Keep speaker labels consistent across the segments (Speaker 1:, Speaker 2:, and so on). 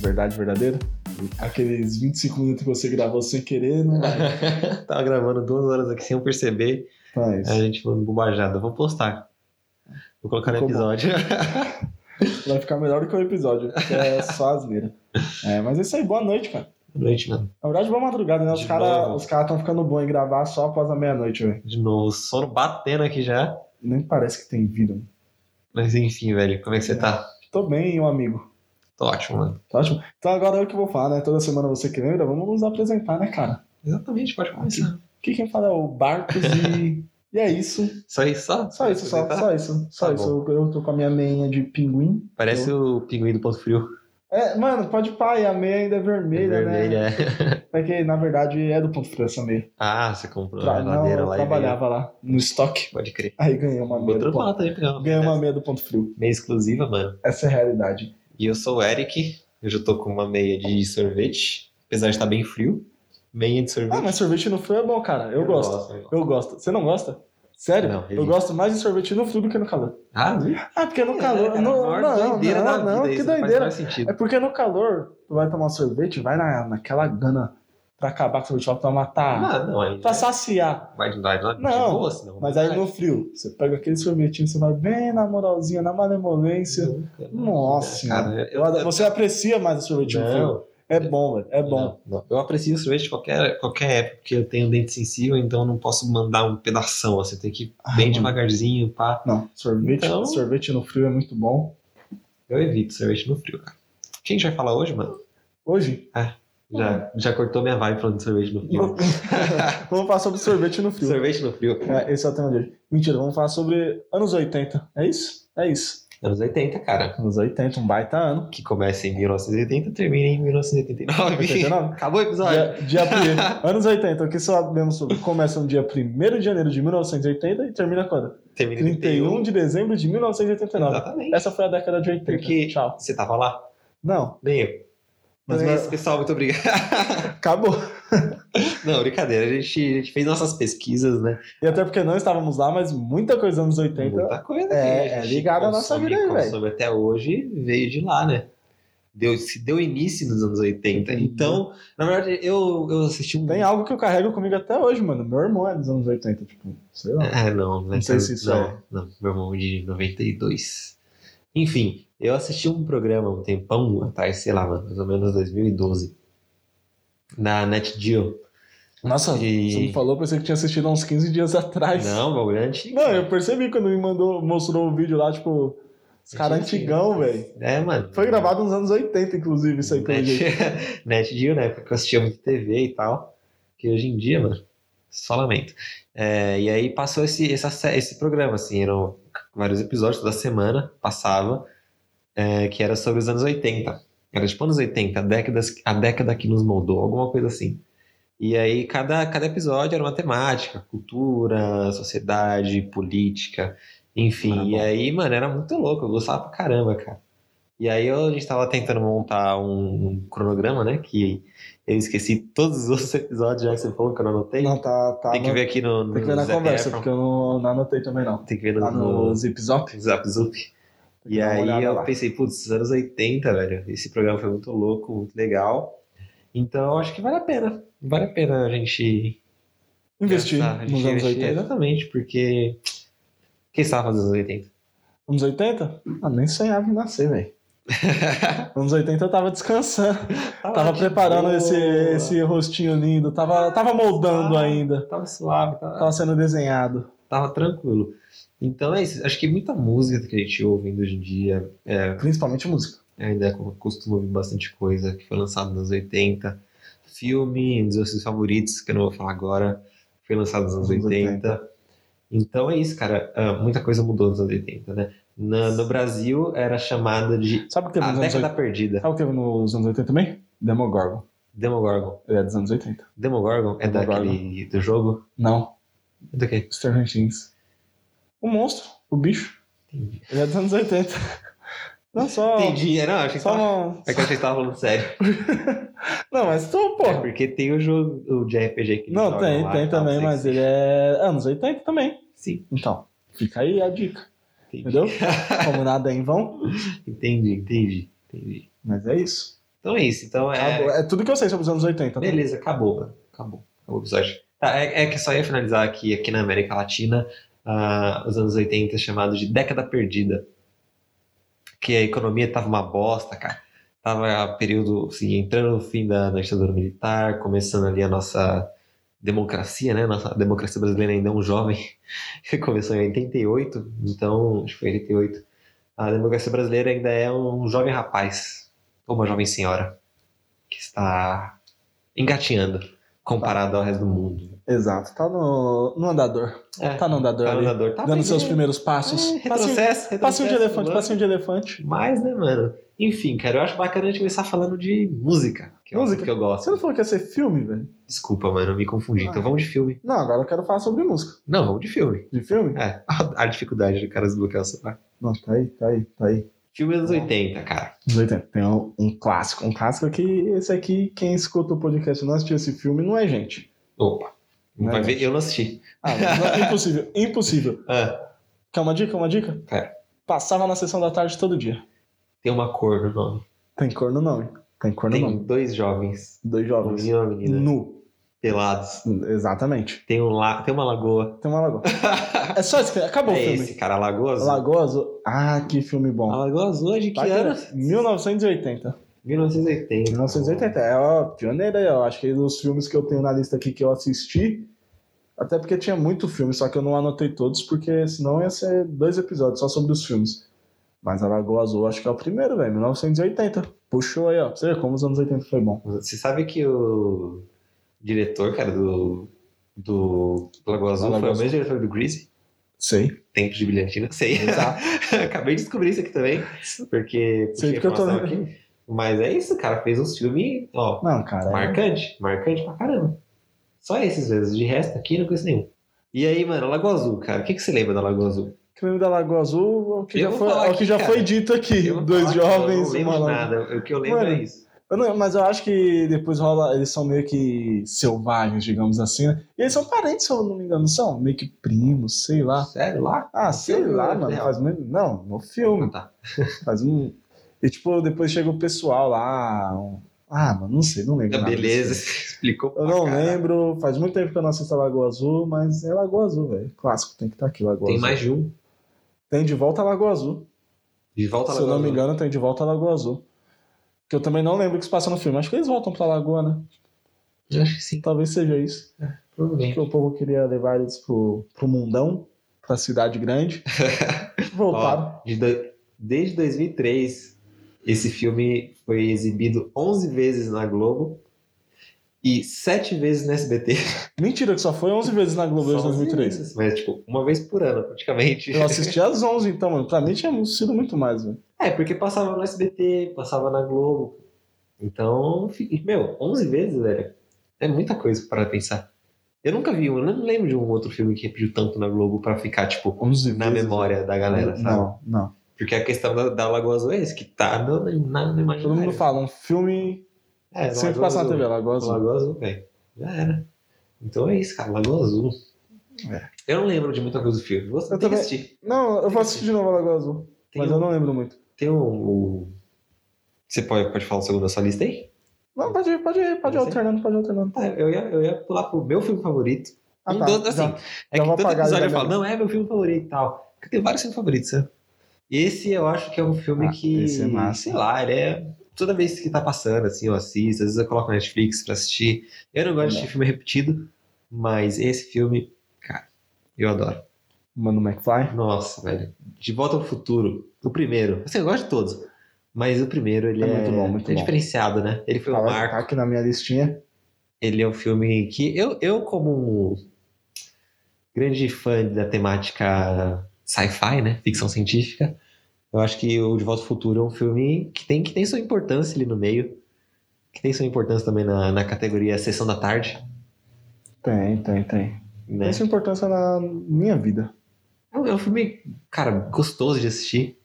Speaker 1: Verdade Verdadeira? Aqueles 25 minutos que você gravou sem querer, não vai.
Speaker 2: Tava gravando duas horas aqui sem eu perceber.
Speaker 1: Mas,
Speaker 2: A gente falando bobajada. Vou postar. Vou colocar no
Speaker 1: Ficou bom.
Speaker 2: episódio.
Speaker 1: vai ficar melhor do que o episódio, que é só asneira. É, mas é isso aí, boa noite, cara.
Speaker 2: Boa noite, né? mano.
Speaker 1: Na verdade, boa madrugada, né? Os
Speaker 2: De
Speaker 1: caras
Speaker 2: novo.
Speaker 1: os cara tão ficando bom em gravar só após a meia-noite, velho.
Speaker 2: De novo, sono batendo aqui já.
Speaker 1: Nem parece que tem vida. mano.
Speaker 2: Mas enfim, velho, como é que você tá?
Speaker 1: Tô bem, um amigo.
Speaker 2: Tô ótimo, mano.
Speaker 1: Tá ótimo. Então agora eu que vou falar, né? Toda semana você que lembra, vamos nos apresentar, né, cara?
Speaker 2: Exatamente, pode começar.
Speaker 1: Aqui quem fala é o Barcos e. E é isso.
Speaker 2: Só isso, só?
Speaker 1: Só isso, só,
Speaker 2: Apresentar?
Speaker 1: só isso. Só
Speaker 2: Tá
Speaker 1: isso. Eu, eu tô com a minha meinha de pinguim.
Speaker 2: Parece o pinguim do ponto frio.
Speaker 1: É, mano, pode pá, e a meia ainda é vermelha, né?
Speaker 2: Vermelho, é.
Speaker 1: É que, na verdade, é do ponto frio essa meia.
Speaker 2: Ah, você comprou
Speaker 1: Tra-
Speaker 2: na
Speaker 1: Não,
Speaker 2: geladeira
Speaker 1: eu
Speaker 2: lá é e veio.
Speaker 1: trabalhava lá, no estoque.
Speaker 2: Pode crer.
Speaker 1: Aí ganhei uma meia. do
Speaker 2: Vou
Speaker 1: ponto-
Speaker 2: trampar também, pegar uma
Speaker 1: Ganhei uma meia do ponto frio.
Speaker 2: meia exclusiva, mano.
Speaker 1: Essa é a realidade.
Speaker 2: E eu sou o Eric. Eu já tô com uma meia de sorvete. Apesar de estar bem frio. Meia de sorvete.
Speaker 1: Ah, mas sorvete no frio é bom, cara. Eu, gosto.
Speaker 2: eu gosto.
Speaker 1: Eu gosto. Você não gosta? Sério?
Speaker 2: Não, é
Speaker 1: eu
Speaker 2: ele-
Speaker 1: gosto mais de sorvete no frio do que no calor.
Speaker 2: Ah, viu?
Speaker 1: Ah, porque no
Speaker 2: É,
Speaker 1: calor.
Speaker 2: cara,
Speaker 1: no-
Speaker 2: maior
Speaker 1: não,
Speaker 2: doideira da
Speaker 1: não,
Speaker 2: vida
Speaker 1: não,
Speaker 2: isso,
Speaker 1: que
Speaker 2: não faz o
Speaker 1: doideira.
Speaker 2: menor sentido.
Speaker 1: É porque no calor, tu vai tomar sorvete, vai na, naquela gana pra acabar com o sorvete, pra matar.
Speaker 2: Ah, não, aí
Speaker 1: Pra saciar.
Speaker 2: vai de um vai de- de
Speaker 1: Não,
Speaker 2: boa, senão.
Speaker 1: Mas aí no frio, você pega aquele sorvetinho, você vai bem na moralzinha, na malemolência. Nossa,
Speaker 2: é, cara, eu, um
Speaker 1: Eu adoro- você aprecia mais o sorvete no frio.
Speaker 2: não,
Speaker 1: É bom, velho. É bom.
Speaker 2: não, não. Eu aprecio sorvete de qualquer, qualquer época, porque eu tenho dente sensível, então eu não posso mandar um pedação. Assim, tem que ir
Speaker 1: Ah,
Speaker 2: bem
Speaker 1: mano.
Speaker 2: devagarzinho, pá.
Speaker 1: Não, sorvete,
Speaker 2: Então-
Speaker 1: sorvete no frio é muito bom.
Speaker 2: Eu evito sorvete no frio, cara. Quem já falar hoje, mano?
Speaker 1: Hoje, Hum.
Speaker 2: Já, já cortou minha vibe falando de sorvete no frio.
Speaker 1: vamos falar sobre sorvete no frio.
Speaker 2: sorvete no frio.
Speaker 1: É, esse é o tema de hoje. Mentira, vamos falar sobre anos 80. É isso? É isso.
Speaker 2: Anos 80, cara.
Speaker 1: Anos 80, um baita ano.
Speaker 2: Que começa em 1980 e termina em 1989.
Speaker 1: 89.
Speaker 2: Acabou o episódio.
Speaker 1: Dia, dia pri- anos 80, o que sabemos sobre? Começa no dia 1 de janeiro de 1980 e termina quando?
Speaker 2: Termina em 31.
Speaker 1: 31 de dezembro de 1989.
Speaker 2: Exatamente.
Speaker 1: Essa foi a década de 80.
Speaker 2: Porque-
Speaker 1: Tchau.
Speaker 2: Você tava lá?
Speaker 1: Não,
Speaker 2: Nem eu. Mas
Speaker 1: Mas-
Speaker 2: é isso, pessoal, muito obrigado.
Speaker 1: acabou.
Speaker 2: Não, brincadeira, a gente, a gente fez nossas pesquisas, né?
Speaker 1: E até porque não estávamos lá, mas muita coisa nos 80.
Speaker 2: Muita coisa. né?
Speaker 1: É,
Speaker 2: que a
Speaker 1: é
Speaker 2: gente
Speaker 1: ligado à nossa
Speaker 2: consome-
Speaker 1: vida aí, velho.
Speaker 2: consome Até hoje veio de lá, né? Deu, se deu início nos anos 80. Então, na verdade, eu, eu assisti um.
Speaker 1: Tem algo que eu carrego comigo até hoje, mano. Meu irmão é dos anos 80, tipo, sei lá.
Speaker 2: É, não, né?
Speaker 1: sei se isso
Speaker 2: não,
Speaker 1: é.
Speaker 2: Não, meu irmão de 92. Enfim, eu assisti um programa um tempão atrás, sei lá, mano, mais ou menos 2012. Na NetGeo.
Speaker 1: Nossa,
Speaker 2: E-
Speaker 1: você me falou, pensei que tinha assistido há uns 15 dias atrás.
Speaker 2: Não, bagulho é antigo.
Speaker 1: Não, eu percebi quando me mandou, mostrou o vídeo lá, tipo, os caras
Speaker 2: Gente,
Speaker 1: antigão, velho.
Speaker 2: É, mano.
Speaker 1: Foi gravado nos anos 80, inclusive, isso aí pelo jeito.
Speaker 2: Net, NetGeo, na época que eu assistia muito TV e tal. Que hoje em dia, mano, só lamento. É, e aí passou esse, essa sé- esse programa, assim, eram vários episódios toda semana, passava, é, que era sobre os anos 80. Era tipo anos 80, décadas, a década que nos moldou, alguma coisa assim. E aí cada, cada episódio era uma temática, cultura, sociedade, política, enfim.
Speaker 1: Ah, bom.
Speaker 2: e aí, mano, era muito louco, eu gostava pra caramba, cara. E aí eu, a gente tava tentando montar um, um cronograma, né? Que eu esqueci todos os outros episódios já que você falou que eu não anotei.
Speaker 1: Não, tá. tá
Speaker 2: tem que
Speaker 1: não-
Speaker 2: ver aqui no, no
Speaker 1: tem que ver na
Speaker 2: Zac
Speaker 1: conversa,
Speaker 2: Efron.
Speaker 1: porque eu não, não anotei também, não. Tá
Speaker 2: Tem que ver no,
Speaker 1: Lá no
Speaker 2: no
Speaker 1: Zip Zop.
Speaker 2: Zap Zup.
Speaker 1: Tem que
Speaker 2: E
Speaker 1: dar uma olhada
Speaker 2: aí eu
Speaker 1: lá.
Speaker 2: pensei, putz, anos 80, velho. Esse programa foi muito louco, muito legal. Então acho que vale a pena. Vale a pena a gente
Speaker 1: Investir
Speaker 2: pensar, a gente
Speaker 1: nos anos
Speaker 2: investir.
Speaker 1: 80.
Speaker 2: Exatamente, porque. Quem sabe fazer os anos 80?
Speaker 1: Anos 80? Ah, nem sonhava em nascer, velho. Anos 80 eu tava descansando. Tava
Speaker 2: de
Speaker 1: preparando
Speaker 2: boa,
Speaker 1: esse, esse rostinho lindo. Tava, tava moldando
Speaker 2: Ah.
Speaker 1: ainda.
Speaker 2: Tava suave, tava,
Speaker 1: Tava sendo desenhado.
Speaker 2: tava tranquilo. Então é isso. Acho que muita música que a gente ouve ainda hoje em dia,
Speaker 1: Principalmente música.
Speaker 2: ainda co- costumo ouvir bastante coisa que foi lançada nos anos 80. Filme, um dos meus favoritos, que eu não vou falar agora, foi lançado nos anos
Speaker 1: Anos 80.
Speaker 2: 80. Então é isso, cara. Ah, muita coisa mudou nos anos 80, né? Na- no Brasil era chamada de
Speaker 1: Sabe o que teve
Speaker 2: A
Speaker 1: nos anos 80?
Speaker 2: Ah, Década Perdida.
Speaker 1: Sabe o que teve nos anos 80 também? Demogorgon.
Speaker 2: Demogorgon.
Speaker 1: Ele é dos anos 80.
Speaker 2: Demogorgon é
Speaker 1: Demogorgon.
Speaker 2: daquele do jogo?
Speaker 1: Não,
Speaker 2: Do quê?
Speaker 1: Stranger Things. O monstro, o bicho.
Speaker 2: Entendi.
Speaker 1: Ele é dos anos 80. Não, só.
Speaker 2: Entendi, é, não, achei que
Speaker 1: Só
Speaker 2: tava...
Speaker 1: uma.
Speaker 2: É que eu achei que você tava falando sério.
Speaker 1: Não, mas tô,
Speaker 2: É
Speaker 1: porra.
Speaker 2: porque tem o jogo o de RPG que eles
Speaker 1: Não,
Speaker 2: jogam
Speaker 1: tem,
Speaker 2: lá,
Speaker 1: tem
Speaker 2: tá,
Speaker 1: também,
Speaker 2: sei
Speaker 1: mas
Speaker 2: que-
Speaker 1: ele é anos 80 também.
Speaker 2: Sim,
Speaker 1: Então, fica aí a dica,
Speaker 2: entendi.
Speaker 1: entendeu? Como nada é em vão,
Speaker 2: Entendi, entendi, entendi.
Speaker 1: mas é isso.
Speaker 2: Então é isso. Então é.
Speaker 1: Acabou. É tudo que eu sei sobre os anos 80. né?
Speaker 2: Beleza, acabou, mano. Acabou. Acabou o episódio. Tá, é, é que só ia finalizar aqui, aqui na América Latina, ah, os anos 80 chamados de década perdida. Que a economia tava uma bosta, cara. Tava período, assim, entrando no fim da, da ditadura militar, começando ali a nossa democracia, né? Nossa democracia brasileira ainda é um jovem. Começou em 88, então, acho que foi 88. A democracia brasileira ainda é um jovem rapaz, ou uma jovem senhora, que está engatinhando comparado ao resto do mundo.
Speaker 1: Exato. Tá no, no andador.
Speaker 2: É,
Speaker 1: Tá no andador
Speaker 2: tá
Speaker 1: ali.
Speaker 2: no andador. Tá
Speaker 1: dando seus
Speaker 2: aprendendo.
Speaker 1: primeiros passos.
Speaker 2: É,
Speaker 1: passinho,
Speaker 2: retrocesso, retrocesso. né?
Speaker 1: passinho um de elefante, um-
Speaker 2: mano.
Speaker 1: passinho de elefante.
Speaker 2: Mas, né, mano? Enfim, cara, eu acho bacana a gente começar falando de música, que é uma
Speaker 1: Música?
Speaker 2: música que eu gosto.
Speaker 1: Você não falou que ia ser filme, velho?
Speaker 2: Desculpa, mano, eu me confundi.
Speaker 1: Ah.
Speaker 2: Então vamos de filme.
Speaker 1: Não, agora eu quero falar sobre música.
Speaker 2: Não, vamos de filme.
Speaker 1: De filme?
Speaker 2: É, a dificuldade de cara desbloquear o celular.
Speaker 1: Não, tá aí, tá aí, tá aí.
Speaker 2: Filme dos 80, cara.
Speaker 1: Dos 80. Tem um, um clássico. Um clássico que esse aqui, quem escuta o podcast e não assistiu esse filme, não é gente.
Speaker 2: Opa.
Speaker 1: Não é
Speaker 2: Vai ver, eu não assisti.
Speaker 1: Ah, não, impossível, impossível.
Speaker 2: Ah,
Speaker 1: Quer uma dica, uma dica?
Speaker 2: É.
Speaker 1: Passava na sessão da tarde todo dia.
Speaker 2: tem uma cor no nome.
Speaker 1: Tem cor no nome. Tem cor no
Speaker 2: Tem
Speaker 1: nome.
Speaker 2: dois jovens,
Speaker 1: Dois
Speaker 2: um
Speaker 1: jovens.
Speaker 2: menino e uma menina,
Speaker 1: Nu.
Speaker 2: pelados.
Speaker 1: Exatamente.
Speaker 2: Tem, um la... tem uma lagoa.
Speaker 1: Tem uma lagoa. É só isso que... Acabou o
Speaker 2: é
Speaker 1: filme.
Speaker 2: esse, cara, a Lagoa Azul.
Speaker 1: Lagoa Azul. Ah, que filme
Speaker 2: A
Speaker 1: bom.
Speaker 2: Lagoa Azul é de que
Speaker 1: Tá aqui,
Speaker 2: ano?
Speaker 1: né? 1980.
Speaker 2: 1980.
Speaker 1: 1980 é a pioneira, eu acho que dos filmes que eu tenho na lista aqui que eu assisti, até porque tinha muito filme, só que eu não anotei todos, porque senão ia ser dois episódios só sobre os filmes. Mas a Lagoa Azul acho que é o primeiro, velho, 1980. Puxou aí, ó, pra você ver como os anos 80 foi bom.
Speaker 2: Você sabe que o diretor, cara, do, do Lagoa Azul
Speaker 1: Lagoa
Speaker 2: foi o
Speaker 1: Azul.
Speaker 2: mesmo diretor do Greasy?
Speaker 1: Sei.
Speaker 2: Tempos de Brilhantina? Sei. Acabei de descobrir isso aqui também. Porque puxei
Speaker 1: Sei porque eu tô
Speaker 2: informação aqui. Mas é isso, cara. Fez uns filmes, ó,
Speaker 1: Não, cara. é-
Speaker 2: marcante. Marcante pra caramba. Só esses vezes. De resto, aqui não conheço nenhum. E aí, mano, Lagoa Azul, cara. O que, que você lembra da Lagoa Azul?
Speaker 1: Crime da Lagoa Azul, o que
Speaker 2: Eu
Speaker 1: já,
Speaker 2: vou
Speaker 1: foi,
Speaker 2: falar
Speaker 1: o que
Speaker 2: aqui,
Speaker 1: já
Speaker 2: cara.
Speaker 1: foi dito aqui.
Speaker 2: Eu vou
Speaker 1: Dois
Speaker 2: falar que eu
Speaker 1: jovens, um
Speaker 2: Não lembro
Speaker 1: uma
Speaker 2: de
Speaker 1: lagoa.
Speaker 2: nada. O que eu lembro
Speaker 1: Mano,
Speaker 2: é isso.
Speaker 1: Eu não- mas eu acho que depois rola. Eles são meio que selvagens, digamos assim, né? E eles são parentes, se eu não me engano, não são? Meio que primos, sei lá.
Speaker 2: Sério, lá?
Speaker 1: Ah, sei
Speaker 2: filme,
Speaker 1: lá,
Speaker 2: né?
Speaker 1: mano.
Speaker 2: Real.
Speaker 1: Faz muito. Não, no
Speaker 2: Ah,
Speaker 1: filme.
Speaker 2: tá.
Speaker 1: Faz um. E tipo, depois chega o pessoal lá. um- Ah, mano, não sei, não lembro. nada
Speaker 2: Beleza,
Speaker 1: disso.
Speaker 2: você explicou.
Speaker 1: Eu
Speaker 2: pra
Speaker 1: não
Speaker 2: caralho.
Speaker 1: lembro, faz muito tempo que eu não assisto a Lagoa Azul, mas é Lagoa Azul, velho. Clássico, tem que estar aqui, Lagoa
Speaker 2: Tem
Speaker 1: Azul.
Speaker 2: mais de um.
Speaker 1: Tem de volta a Lagoa Azul.
Speaker 2: De volta à
Speaker 1: Se eu não
Speaker 2: Lagoa
Speaker 1: me
Speaker 2: Azul.
Speaker 1: engano, tem de volta a Lagoa Azul. Que eu também não lembro o que se passa no filme. Acho que eles voltam pra Lagoa, né?
Speaker 2: Eu acho que sim,
Speaker 1: Talvez seja isso.
Speaker 2: provavelmente.
Speaker 1: que o povo queria levar eles pro, pro mundão, pra cidade grande. tá, Voltaram.
Speaker 2: Ó, de do- Desde 2003, esse filme foi exibido 11 vezes na Globo e 7 vezes na SBT.
Speaker 1: Mentira, que só foi 11 vezes na Globo desde
Speaker 2: Só 11
Speaker 1: 2003.
Speaker 2: vezes, Mas, tipo, uma vez por ano, praticamente.
Speaker 1: Eu assisti às 11, então, mano. Pra mim tinha sido muito mais, velho.
Speaker 2: É, porque passava no SBT, passava na Globo. Então, fi- meu, 11 vezes, velho. É muita coisa para pensar. Eu nunca vi um, eu não lembro de um outro filme que repetiu tanto na Globo pra ficar, tipo,
Speaker 1: 11
Speaker 2: na
Speaker 1: vezes.
Speaker 2: memória da galera, sabe?
Speaker 1: Não, não.
Speaker 2: Porque é a questão da, da Lagoa Azul é esse, que tá no, na, no imaginário.
Speaker 1: Todo mundo fala, um filme
Speaker 2: É,
Speaker 1: sempre
Speaker 2: Lagoa
Speaker 1: passa na
Speaker 2: Azul.
Speaker 1: TV, Lagoa Azul.
Speaker 2: Lagoa Azul, velho. Já era. Então é isso, cara. Lagoa Azul.
Speaker 1: É.
Speaker 2: Eu não lembro de muita coisa do filme. Você
Speaker 1: Eu
Speaker 2: tem
Speaker 1: também-
Speaker 2: que assistir.
Speaker 1: Não, eu vou assistir de novo a Lagoa Azul,
Speaker 2: Tem,
Speaker 1: mas
Speaker 2: um,
Speaker 1: eu não lembro muito.
Speaker 2: tem um, o- Você pode, pode falar o segundo da sua lista aí?
Speaker 1: Não, pode ir, pode ir, pode ir
Speaker 2: Você?
Speaker 1: alternando, pode ir alternando.
Speaker 2: Tá, eu ia, eu ia pular pro meu filme favorito.
Speaker 1: Ah,
Speaker 2: um
Speaker 1: tá.
Speaker 2: dos, assim,
Speaker 1: já.
Speaker 2: é
Speaker 1: já
Speaker 2: que
Speaker 1: vou
Speaker 2: todo
Speaker 1: apagar ele
Speaker 2: episódio eu
Speaker 1: da
Speaker 2: falo,
Speaker 1: minha
Speaker 2: não, é meu filme favorito e tal. Porque tem vários filmes favoritos, né? Esse eu acho que é um filme
Speaker 1: Ah,
Speaker 2: que.
Speaker 1: esse é massa.
Speaker 2: Sei lá, ele é. Toda vez que tá passando, assim, eu assisto. Às vezes eu coloco na Netflix pra assistir. Eu não gosto de
Speaker 1: Não.
Speaker 2: assistir filme repetido, mas esse filme, cara, eu adoro.
Speaker 1: Mano McFly.
Speaker 2: Nossa, velho. De Volta ao Futuro, o primeiro. Assim, eu gosto de todos. Mas o primeiro, ele
Speaker 1: É
Speaker 2: é,
Speaker 1: muito bom, muito
Speaker 2: é
Speaker 1: bom.
Speaker 2: diferenciado, né? Ele foi
Speaker 1: Tá,
Speaker 2: um
Speaker 1: lá-
Speaker 2: marco.
Speaker 1: tá aqui na minha listinha.
Speaker 2: Ele é um filme que eu, eu como um grande fã da temática sci-fi, né, ficção científica, eu acho que o De Volta ao Futuro é um filme que tem, que tem sua importância ali no meio, que tem sua importância também na, na categoria Sessão da Tarde,
Speaker 1: Tem, tem, tem.
Speaker 2: né?
Speaker 1: Tem sua importância na minha vida.
Speaker 2: É um, é um filme, cara, gostoso de assistir,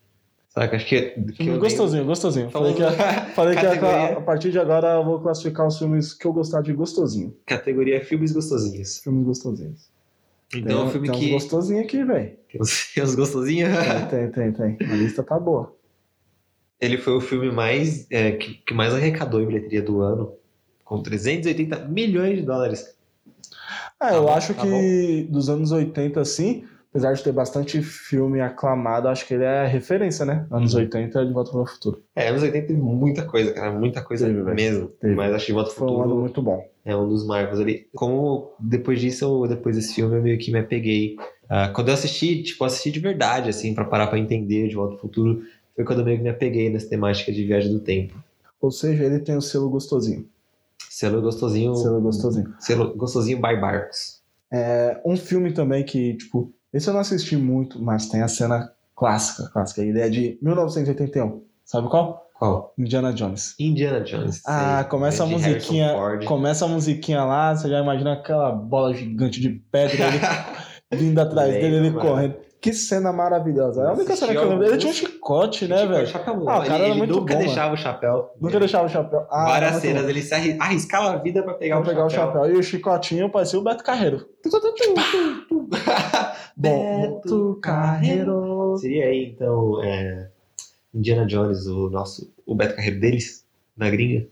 Speaker 2: sabe? Acho que, que eu
Speaker 1: Filme
Speaker 2: nem-
Speaker 1: gostosinho, gostosinho. Falei que,
Speaker 2: Falando-
Speaker 1: falei que a,
Speaker 2: Categoria.
Speaker 1: a partir de agora eu vou classificar os filmes que eu gostar de gostosinho.
Speaker 2: categoria filmes gostosinhos.
Speaker 1: Filmes gostosinhos.
Speaker 2: Então é um filme
Speaker 1: tem
Speaker 2: que É.
Speaker 1: uns gostosinhos aqui, velho. É.
Speaker 2: tem uns, tem uns gostosinhos.
Speaker 1: Tem, tem, tem, tem. A lista tá boa.
Speaker 2: Ele foi o filme mais é, que, que mais arrecadou em bilheteria do ano, com 380 milhões de dólares.
Speaker 1: Ah, eu
Speaker 2: bom,
Speaker 1: acho
Speaker 2: tá
Speaker 1: que dos anos 80, assim, apesar de ter bastante filme aclamado, acho que ele é referência, né? Anos
Speaker 2: Uhum.
Speaker 1: 80 é De Volta para o Futuro.
Speaker 2: É, anos 80 teve muita coisa, cara, muita coisa
Speaker 1: Teve, velho.
Speaker 2: mesmo.
Speaker 1: Teve.
Speaker 2: Mas acho que De Volta ao
Speaker 1: Foi um
Speaker 2: Futuro
Speaker 1: ano muito bom.
Speaker 2: é um dos marcos ali. Como depois disso, eu, depois desse filme, eu meio que me apeguei. Ah, quando eu assisti, tipo, eu assisti de verdade, assim, pra parar pra entender De Volta ao Futuro, foi quando eu meio que me apeguei nessa temática de viagem do tempo.
Speaker 1: Ou seja, ele tem o selo gostosinho.
Speaker 2: Selo gostosinho.
Speaker 1: Selo gostosinho.
Speaker 2: Selo gostosinho by Barcos.
Speaker 1: É um filme também que, tipo, esse eu não assisti muito, mas tem a cena clássica, clássica. Ele é de 1981. Sabe qual?
Speaker 2: Qual?
Speaker 1: Indiana Jones.
Speaker 2: Indiana Jones.
Speaker 1: Ah,
Speaker 2: sei.
Speaker 1: começa a
Speaker 2: De Harrison
Speaker 1: musiquinha.
Speaker 2: Ford.
Speaker 1: Começa a musiquinha lá, você já imagina aquela bola gigante de pedra ele vindo atrás
Speaker 2: Lembro,
Speaker 1: dele, Tá ele
Speaker 2: mano.
Speaker 1: correndo. Que cena maravilhosa. É a única
Speaker 2: Assisti
Speaker 1: cena que eu lembro.
Speaker 2: alguns.
Speaker 1: Ele tinha um chicote, né,
Speaker 2: Tipo,
Speaker 1: velho?
Speaker 2: chapéu,
Speaker 1: Ah, o cara
Speaker 2: ele,
Speaker 1: era
Speaker 2: ele
Speaker 1: muito
Speaker 2: nunca
Speaker 1: bom,
Speaker 2: deixava o chapéu.
Speaker 1: Nunca deixava o chapéu. Ah,
Speaker 2: um Várias
Speaker 1: muito
Speaker 2: cenas,
Speaker 1: bom.
Speaker 2: ele se arri- arriscava a vida pra pegar,
Speaker 1: Pra
Speaker 2: o,
Speaker 1: pegar o
Speaker 2: chapéu.
Speaker 1: chapéu. E o chicotinho parecia o Beto Carreiro. Bom, Beto Carreiro.
Speaker 2: Seria aí, então, é, Indiana Jones, o nosso, o Beto Carreiro deles, na gringa?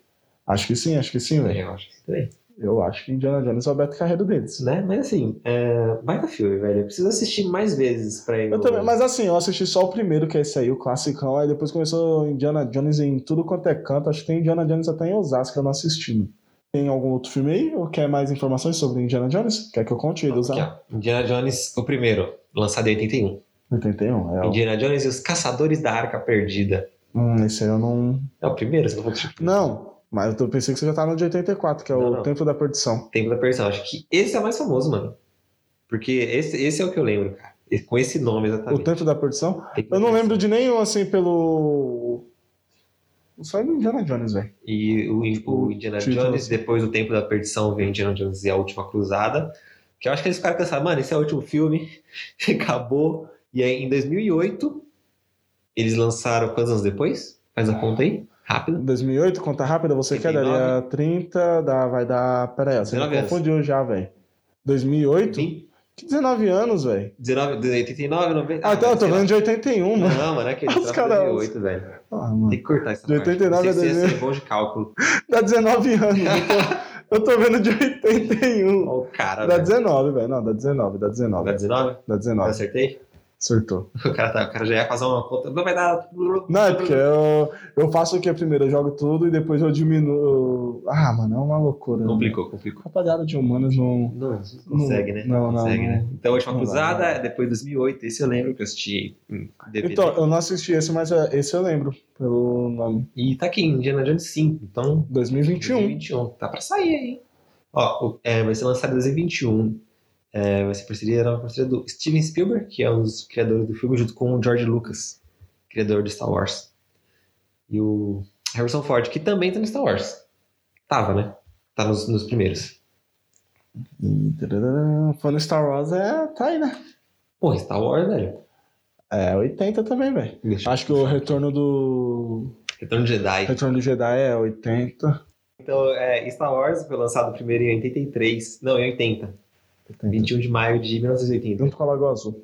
Speaker 1: Acho que sim, acho que sim, velho.
Speaker 2: Eu acho que também.
Speaker 1: Eu acho que Indiana Jones é o Beto Carreiro deles.
Speaker 2: Né? Mas assim, é, vai no filme, velho. Eu preciso assistir mais vezes pra eu...
Speaker 1: Eu também, mas assim, eu assisti só o primeiro, que é esse aí, o classicão. Aí depois começou Indiana Jones em tudo quanto é canto. Acho que tem Indiana Jones até em Osasco, que eu não assisti. mano. Tem algum outro filme aí? Ou quer mais informações sobre Indiana Jones? Quer que eu conte? Ele usa
Speaker 2: Aqui, ó. Indiana Jones, o primeiro, lançado em 81.
Speaker 1: 81, é. ó.
Speaker 2: Indiana Jones e os Caçadores da Arca Perdida.
Speaker 1: Hum, esse aí eu não.
Speaker 2: É o primeiro, você não vou te...
Speaker 1: Não, mas eu tô- pensei que você já tava no de 84, que é
Speaker 2: Não,
Speaker 1: o
Speaker 2: não.
Speaker 1: Tempo da Perdição.
Speaker 2: Tempo da Perdição. Acho que esse é o mais famoso, mano. Porque esse, esse é o que eu lembro, cara. E Com esse nome,
Speaker 1: O
Speaker 2: exatamente.
Speaker 1: Tempo da Perdição?
Speaker 2: Tempo da
Speaker 1: Eu não
Speaker 2: Perdição.
Speaker 1: lembro de nenhum, assim, pelo. Só do Indiana Jones, velho.
Speaker 2: E o, o Indiana
Speaker 1: Título,
Speaker 2: Jones,
Speaker 1: assim.
Speaker 2: depois do Tempo da Perdição, vem Indiana Jones e a Última Cruzada. Que eu acho que eles ficaram pensando, mano, esse é o último filme, acabou. E aí, em 2008, eles lançaram, quantos anos depois? Faz a conta aí, rápido.
Speaker 1: 2008, conta rápida, você quer?
Speaker 2: 89?
Speaker 1: Daria 30, dá, vai dar. Pera aí, você me
Speaker 2: 19 anos.
Speaker 1: confundiu já, velho. 2008?
Speaker 2: Vim-
Speaker 1: Que 19 anos, velho.
Speaker 2: 19, 89, 90...
Speaker 1: Ah, então eu tô
Speaker 2: sei lá.
Speaker 1: falando de 81, mano.
Speaker 2: Não, mano, é que
Speaker 1: Os
Speaker 2: eles lançaram
Speaker 1: caras-
Speaker 2: 2008, velho.
Speaker 1: Ah, mano.
Speaker 2: Tem que cortar essa
Speaker 1: De 89
Speaker 2: parte.
Speaker 1: a
Speaker 2: Não sei se
Speaker 1: 2000.
Speaker 2: você é bom de cálculo.
Speaker 1: Dá 19 anos. Eu tô, eu tô vendo de 81.
Speaker 2: Ó o cara,
Speaker 1: Dá
Speaker 2: um. velho.
Speaker 1: 19, velho. Não, dá 19, dá 19.
Speaker 2: Dá 19?
Speaker 1: Dá
Speaker 2: Eu
Speaker 1: 19.
Speaker 2: acertei?
Speaker 1: Surtou.
Speaker 2: O cara, tá, o cara já ia fazer uma conta. Não vai dar...
Speaker 1: Não, é porque eu, eu faço o que primeiro? Eu jogo tudo e depois eu diminuo. Ah, mano, é uma loucura. né?
Speaker 2: Complicou, complicou.
Speaker 1: Rapaziada de humanos não.
Speaker 2: Não, consegue, né?
Speaker 1: Não, não,
Speaker 2: consegue,
Speaker 1: não.
Speaker 2: né? Então, a última
Speaker 1: Não dá,
Speaker 2: cruzada
Speaker 1: não
Speaker 2: é depois de 2008. Esse eu lembro que eu assisti em DVD.
Speaker 1: Então, eu não assisti esse, mas é- esse eu lembro. Pelo nome.
Speaker 2: E tá aqui, Indiana Jones 5. Então,
Speaker 1: 2021.
Speaker 2: 2021. Tá pra sair, hein? Ó, o- é, vai ser lançado em 2021. É, vai ser parceria, era uma parceria do Steven Spielberg, que é um dos criadores do filme, junto com o George Lucas, criador de Star Wars. E o Harrison Ford, que também tá no Star Wars. Tava, né? Tá nos, nos primeiros.
Speaker 1: Fã do Star Wars é. tá aí, né?
Speaker 2: Pô, Star Wars, velho.
Speaker 1: É 80 também, velho.
Speaker 2: Deixa-
Speaker 1: Acho que o retorno do.
Speaker 2: Retorno de Jedi.
Speaker 1: Retorno do Jedi é 80.
Speaker 2: Então, é, Star Wars foi lançado primeiro em 83. Não, em 80.
Speaker 1: 80.
Speaker 2: 21 de maio de 1980.
Speaker 1: Junto com a Lagoa Azul.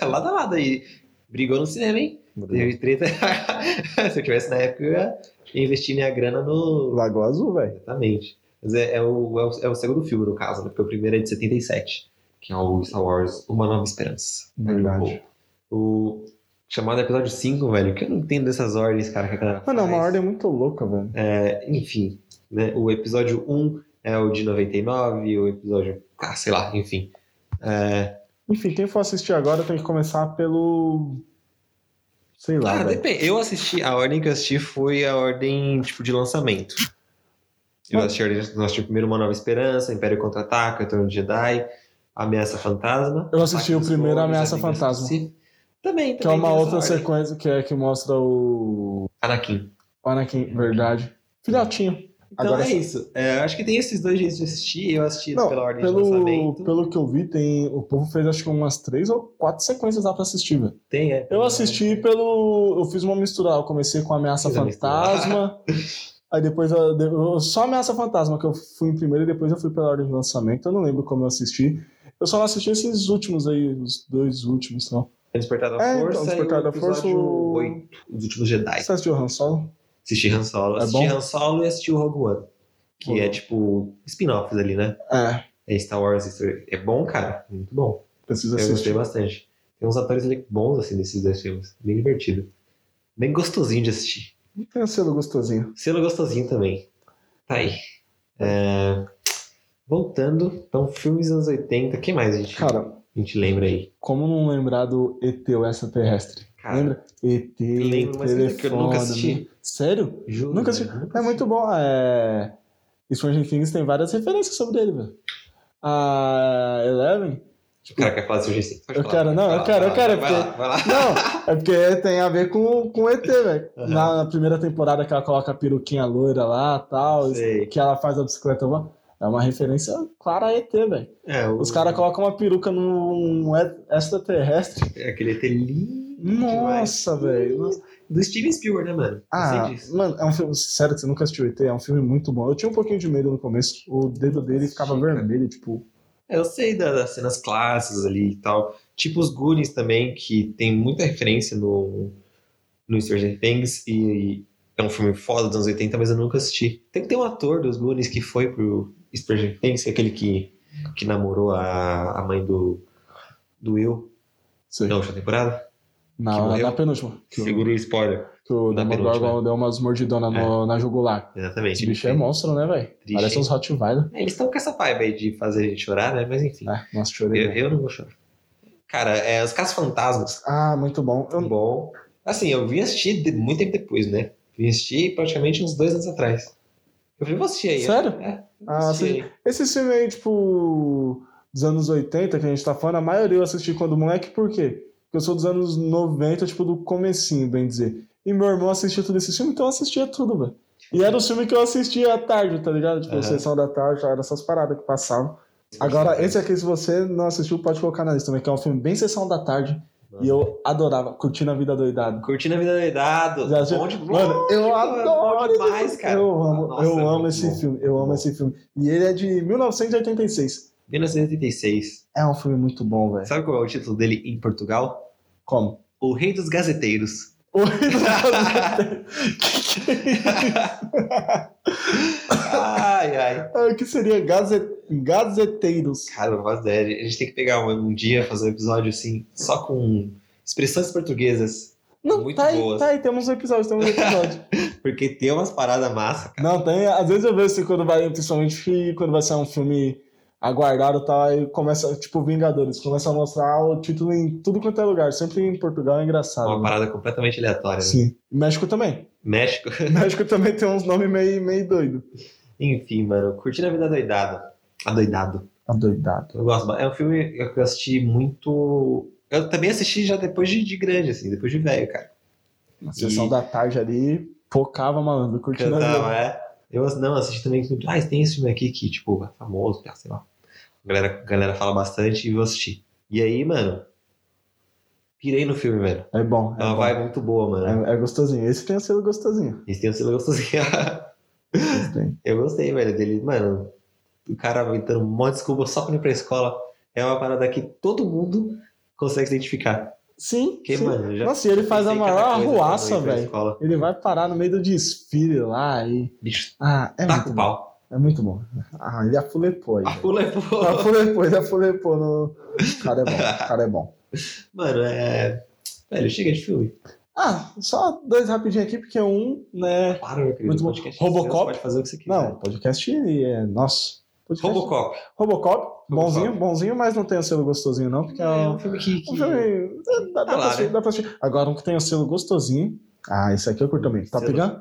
Speaker 2: lado a lado aí. Brigou no cinema, hein? Teve treta. Se eu tivesse na época, eu ia investir minha grana no.
Speaker 1: Lagoa Azul, velho.
Speaker 2: Exatamente. Mas é, é o, é, o, é o segundo filme, no caso, né? Porque o primeiro é de 77, que é o Star Wars Uma Nova Esperança.
Speaker 1: Verdade.
Speaker 2: O chamado episódio 5, velho, que eu não entendo dessas ordens, cara, que a galera
Speaker 1: Mano, é uma
Speaker 2: faz. é,
Speaker 1: ordem muito louca, velho.
Speaker 2: enfim, né? O episódio 1 é o de 99, o episódio. Ah, sei lá, enfim. É,
Speaker 1: Enfim, quem for assistir agora tem que começar pelo. Sei lá,
Speaker 2: ah,
Speaker 1: velho.
Speaker 2: depende. Eu assisti, a ordem que eu assisti foi a ordem tipo de lançamento. Eu
Speaker 1: Ah.
Speaker 2: assisti, a ordem- nós assistimos primeiro Uma Nova Esperança, Império Contra-Ataca, Retorno de Jedi, Ameaça Fantasma.
Speaker 1: Eu assisti
Speaker 2: Ataque
Speaker 1: o
Speaker 2: dos
Speaker 1: primeiro,
Speaker 2: Clones,
Speaker 1: Ameaça
Speaker 2: Amigos do
Speaker 1: Fantasma.
Speaker 2: Sith. Também, também.
Speaker 1: Que é uma
Speaker 2: tem essa
Speaker 1: outra
Speaker 2: ordem.
Speaker 1: sequência que é que mostra o.
Speaker 2: Anakin.
Speaker 1: o Anakin, verdade. Filhotinho.
Speaker 2: Então
Speaker 1: Agora
Speaker 2: é
Speaker 1: sim.
Speaker 2: isso. É, acho que tem esses dois jeitos de assistir. Eu assisti
Speaker 1: Não,
Speaker 2: pela ordem de
Speaker 1: Pelo,
Speaker 2: lançamento.
Speaker 1: pelo que eu vi, tem. O povo fez acho que umas três ou quatro sequências lá pra assistir, velho.
Speaker 2: Tem, é.
Speaker 1: Eu assisti pelo. Eu fiz uma mistura. Eu comecei com Ameaça
Speaker 2: Fiz a
Speaker 1: Fantasma. Aí depois. eu- eu- Só Ameaça Fantasma que eu fui em primeiro e depois eu fui pela ordem de lançamento. Eu não lembro como eu assisti. Eu só não assisti esses últimos aí, os dois últimos. Então.
Speaker 2: Despertar da
Speaker 1: É, então,
Speaker 2: Força.
Speaker 1: Despertar
Speaker 2: e o
Speaker 1: da Força,
Speaker 2: episódio
Speaker 1: o-
Speaker 2: 8, Os Últimos Jedi.
Speaker 1: Você assistiu o Han Solo?
Speaker 2: Assisti Han Solo.
Speaker 1: É
Speaker 2: assisti
Speaker 1: bom?
Speaker 2: Han Solo e assisti o Rogue One. Que
Speaker 1: Rogue
Speaker 2: é
Speaker 1: One.
Speaker 2: tipo spin-offs ali, né?
Speaker 1: É,
Speaker 2: É Star Wars. History. É bom, cara. Muito bom.
Speaker 1: precisa
Speaker 2: Eu gostei
Speaker 1: assistir.
Speaker 2: bastante. Tem uns atores ali bons, assim, desses dois filmes. Bem divertido. Bem gostosinho de assistir.
Speaker 1: Tem um selo gostosinho.
Speaker 2: Selo gostosinho também. Tá aí. É, Voltando, então, filmes dos anos 80, quem mais a gente,
Speaker 1: Cara,
Speaker 2: a gente lembra aí?
Speaker 1: como não lembrar do ET, o extraterrestre?
Speaker 2: Cara,
Speaker 1: Lembra? ET,
Speaker 2: lembro, mas
Speaker 1: telefone...
Speaker 2: que eu nunca assisti.
Speaker 1: Sério?
Speaker 2: Juro,
Speaker 1: Nunca
Speaker 2: velho,
Speaker 1: assisti. É muito bom. É... Stranger Things tem várias referências sobre ele, velho. A Eleven Tipo,
Speaker 2: O cara quer falar de surgir assim.
Speaker 1: Eu quero, não, eu quero, eu quero,
Speaker 2: Vai
Speaker 1: porque-
Speaker 2: lá, vai lá.
Speaker 1: Não, é porque tem a ver com, com ET, velho.
Speaker 2: Aham.
Speaker 1: Na, na primeira temporada que ela coloca a peruquinha loira lá tal,
Speaker 2: Sei.
Speaker 1: que ela faz a bicicleta voar, é uma referência clara a ET, velho.
Speaker 2: É, o-
Speaker 1: Os caras colocam uma peruca num e- extraterrestre.
Speaker 2: é Aquele ET lindo
Speaker 1: Nossa, velho. nossa.
Speaker 2: do Steven Spielberg, né, mano? Eu
Speaker 1: Ah,
Speaker 2: sei disso.
Speaker 1: mano, é um filme, sério, que você nunca assistiu ET, é um filme muito bom. Eu tinha um pouquinho de medo no começo, o dedo dele ficava
Speaker 2: Chica.
Speaker 1: vermelho, tipo,
Speaker 2: É, Eu sei da- das cenas clássicas ali e tal. Tipo os Goonies também, que tem muita referência no, no Stranger Things. E é um filme foda dos anos 80, mas eu nunca assisti. Tem que ter um ator dos Goonies que foi pro Stranger Things, aquele que, que namorou a, a mãe do, do Will
Speaker 1: sei,
Speaker 2: na última temporada. que
Speaker 1: na,
Speaker 2: morreu?
Speaker 1: na penúltima. Que, o-
Speaker 2: Segura o spoiler.
Speaker 1: que o
Speaker 2: na
Speaker 1: Demogorgon
Speaker 2: penúltima. É.
Speaker 1: deu umas mordidonas no- na jugular.
Speaker 2: Exatamente.
Speaker 1: Esse bicho é monstro, né, velho?
Speaker 2: Triste,
Speaker 1: Parece
Speaker 2: hein?
Speaker 1: uns Rottweiler.
Speaker 2: É, Eles estão com essa vibe aí de fazer a gente chorar, né? Mas enfim,
Speaker 1: Ah, nossa,
Speaker 2: eu,
Speaker 1: chorei.
Speaker 2: eu não vou chorar. Cara, é, os Casos Fantasmas
Speaker 1: Ah, muito bom. Eu-
Speaker 2: bom. Assim, eu vim assistir de- muito tempo depois, né? Vim assistir praticamente uns dois anos atrás. Eu falei, vou assistir aí.
Speaker 1: Sério?
Speaker 2: É, vou
Speaker 1: Ah,
Speaker 2: assistir aí.
Speaker 1: Esse filme aí, tipo, dos anos 80 que a gente tá falando, a maioria eu assisti quando moleque, por quê? Porque eu sou dos anos 90, tipo, do comecinho, bem dizer. E meu irmão assistia tudo esse filme, então eu assistia tudo, velho. E era o filme que eu assistia à tarde, tá ligado? Tipo,
Speaker 2: Aham.
Speaker 1: sessão da tarde, era essas paradas que passavam. Agora, esse é aqui, se você não assistiu, pode colocar na lista também, que é um filme bem sessão da tarde.
Speaker 2: Mano.
Speaker 1: E eu adorava, curtindo a vida doidada.
Speaker 2: Curtindo a vida doidado.
Speaker 1: Já assistiu?
Speaker 2: Bom de
Speaker 1: Mano, eu
Speaker 2: Lógico,
Speaker 1: adoro
Speaker 2: é bom demais, cara.
Speaker 1: Eu amo,
Speaker 2: Nossa,
Speaker 1: eu
Speaker 2: é
Speaker 1: amo
Speaker 2: muito
Speaker 1: esse
Speaker 2: bom.
Speaker 1: filme, eu amo
Speaker 2: Bom.
Speaker 1: esse filme. E ele é de 1986.
Speaker 2: 1986.
Speaker 1: É um filme muito bom, velho.
Speaker 2: Sabe qual é o título dele em Portugal?
Speaker 1: Como?
Speaker 2: O Rei dos Gazeteiros.
Speaker 1: O Rei dos Gazeteiros. que, que, é isso?
Speaker 2: ai, ai.
Speaker 1: Ah, o que seria gaze- gazeteiros?
Speaker 2: Cara, eu não faço ideia. A gente tem que pegar um, um dia, fazer um episódio assim, só com expressões portuguesas.
Speaker 1: Não,
Speaker 2: Muito
Speaker 1: tá aí,
Speaker 2: boas.
Speaker 1: tá aí, temos um episódio, temos um episódio.
Speaker 2: Porque tem umas paradas massa, cara.
Speaker 1: Não, tem. Às vezes eu vejo assim, quando vai, principalmente quando vai ser um filme aguardado e tal, aí começa, tipo, Vingadores, começa a mostrar o título em tudo quanto é lugar, sempre em Portugal é engraçado.
Speaker 2: Uma
Speaker 1: né?
Speaker 2: parada completamente aleatória. né?
Speaker 1: Sim. México também.
Speaker 2: México.
Speaker 1: México também tem uns nomes meio, meio doido.
Speaker 2: Enfim, mano, curtindo a vida doidada. Adoidado.
Speaker 1: Tá Adoidado.
Speaker 2: Eu gosto. ba- É um filme que eu assisti muito. Eu também assisti já depois de, de grande, assim, depois de velho, cara.
Speaker 1: Na sessão da tarde ali, focava, malandro, curtindo a vida.
Speaker 2: Cantava, é. Eu ass- não assisti também. que- Ah, tem esse filme aqui que, tipo, é famoso, sei lá. A galera, a galera fala bastante e eu assisti. E aí, mano, pirei no filme, velho.
Speaker 1: É bom,
Speaker 2: É
Speaker 1: é,
Speaker 2: uma
Speaker 1: bom.
Speaker 2: vibe muito boa, mano.
Speaker 1: É- é gostosinho. Esse tem o selo gostosinho.
Speaker 2: Eles têm um selo gostosinho.
Speaker 1: Esse tem.
Speaker 2: Eu gostei, velho, dele. Mano, o cara inventando um monte de desculpa só pra não ir pra escola. É uma parada que todo mundo consegue se identificar.
Speaker 1: Sim,
Speaker 2: Porque,
Speaker 1: sim.
Speaker 2: mano, eu já
Speaker 1: Nossa, e ele faz a
Speaker 2: pensei cada
Speaker 1: maior
Speaker 2: coisa
Speaker 1: arruaça,
Speaker 2: quando eu ia pra
Speaker 1: velho.
Speaker 2: escola.
Speaker 1: Ele vai parar no meio do desfile lá e...
Speaker 2: Bicho,
Speaker 1: Ah, é
Speaker 2: taca
Speaker 1: muito
Speaker 2: o
Speaker 1: bom.
Speaker 2: Tá pau.
Speaker 1: É muito bom. Ah, ele afulepou aí.
Speaker 2: A
Speaker 1: velho.
Speaker 2: pula é boa.
Speaker 1: Afulepou, ele afulepou no... O cara é bom, o cara é bom.
Speaker 2: Mano, é. Velho, chega de filme.
Speaker 1: Ah, só dois rapidinho aqui, porque um, né...
Speaker 2: Para, meu querido.
Speaker 1: Muito bom.
Speaker 2: podcast é seu,
Speaker 1: Robocop?
Speaker 2: você Pode fazer o que você quiser.
Speaker 1: Não, podcast é nosso. Podcast
Speaker 2: Robocop.
Speaker 1: Robocop, bonzinho,
Speaker 2: Robocop.
Speaker 1: bonzinho, mas não tem o selo gostosinho, não, porque é um.
Speaker 2: filme que. que-
Speaker 1: um filme- Dá, dá
Speaker 2: Tá
Speaker 1: pra
Speaker 2: lá,
Speaker 1: assistir,
Speaker 2: né?
Speaker 1: dá pra assistir. Agora um que tem o selo gostosinho. Ah, esse aqui eu curto também. Tá
Speaker 2: Selo-
Speaker 1: pegando?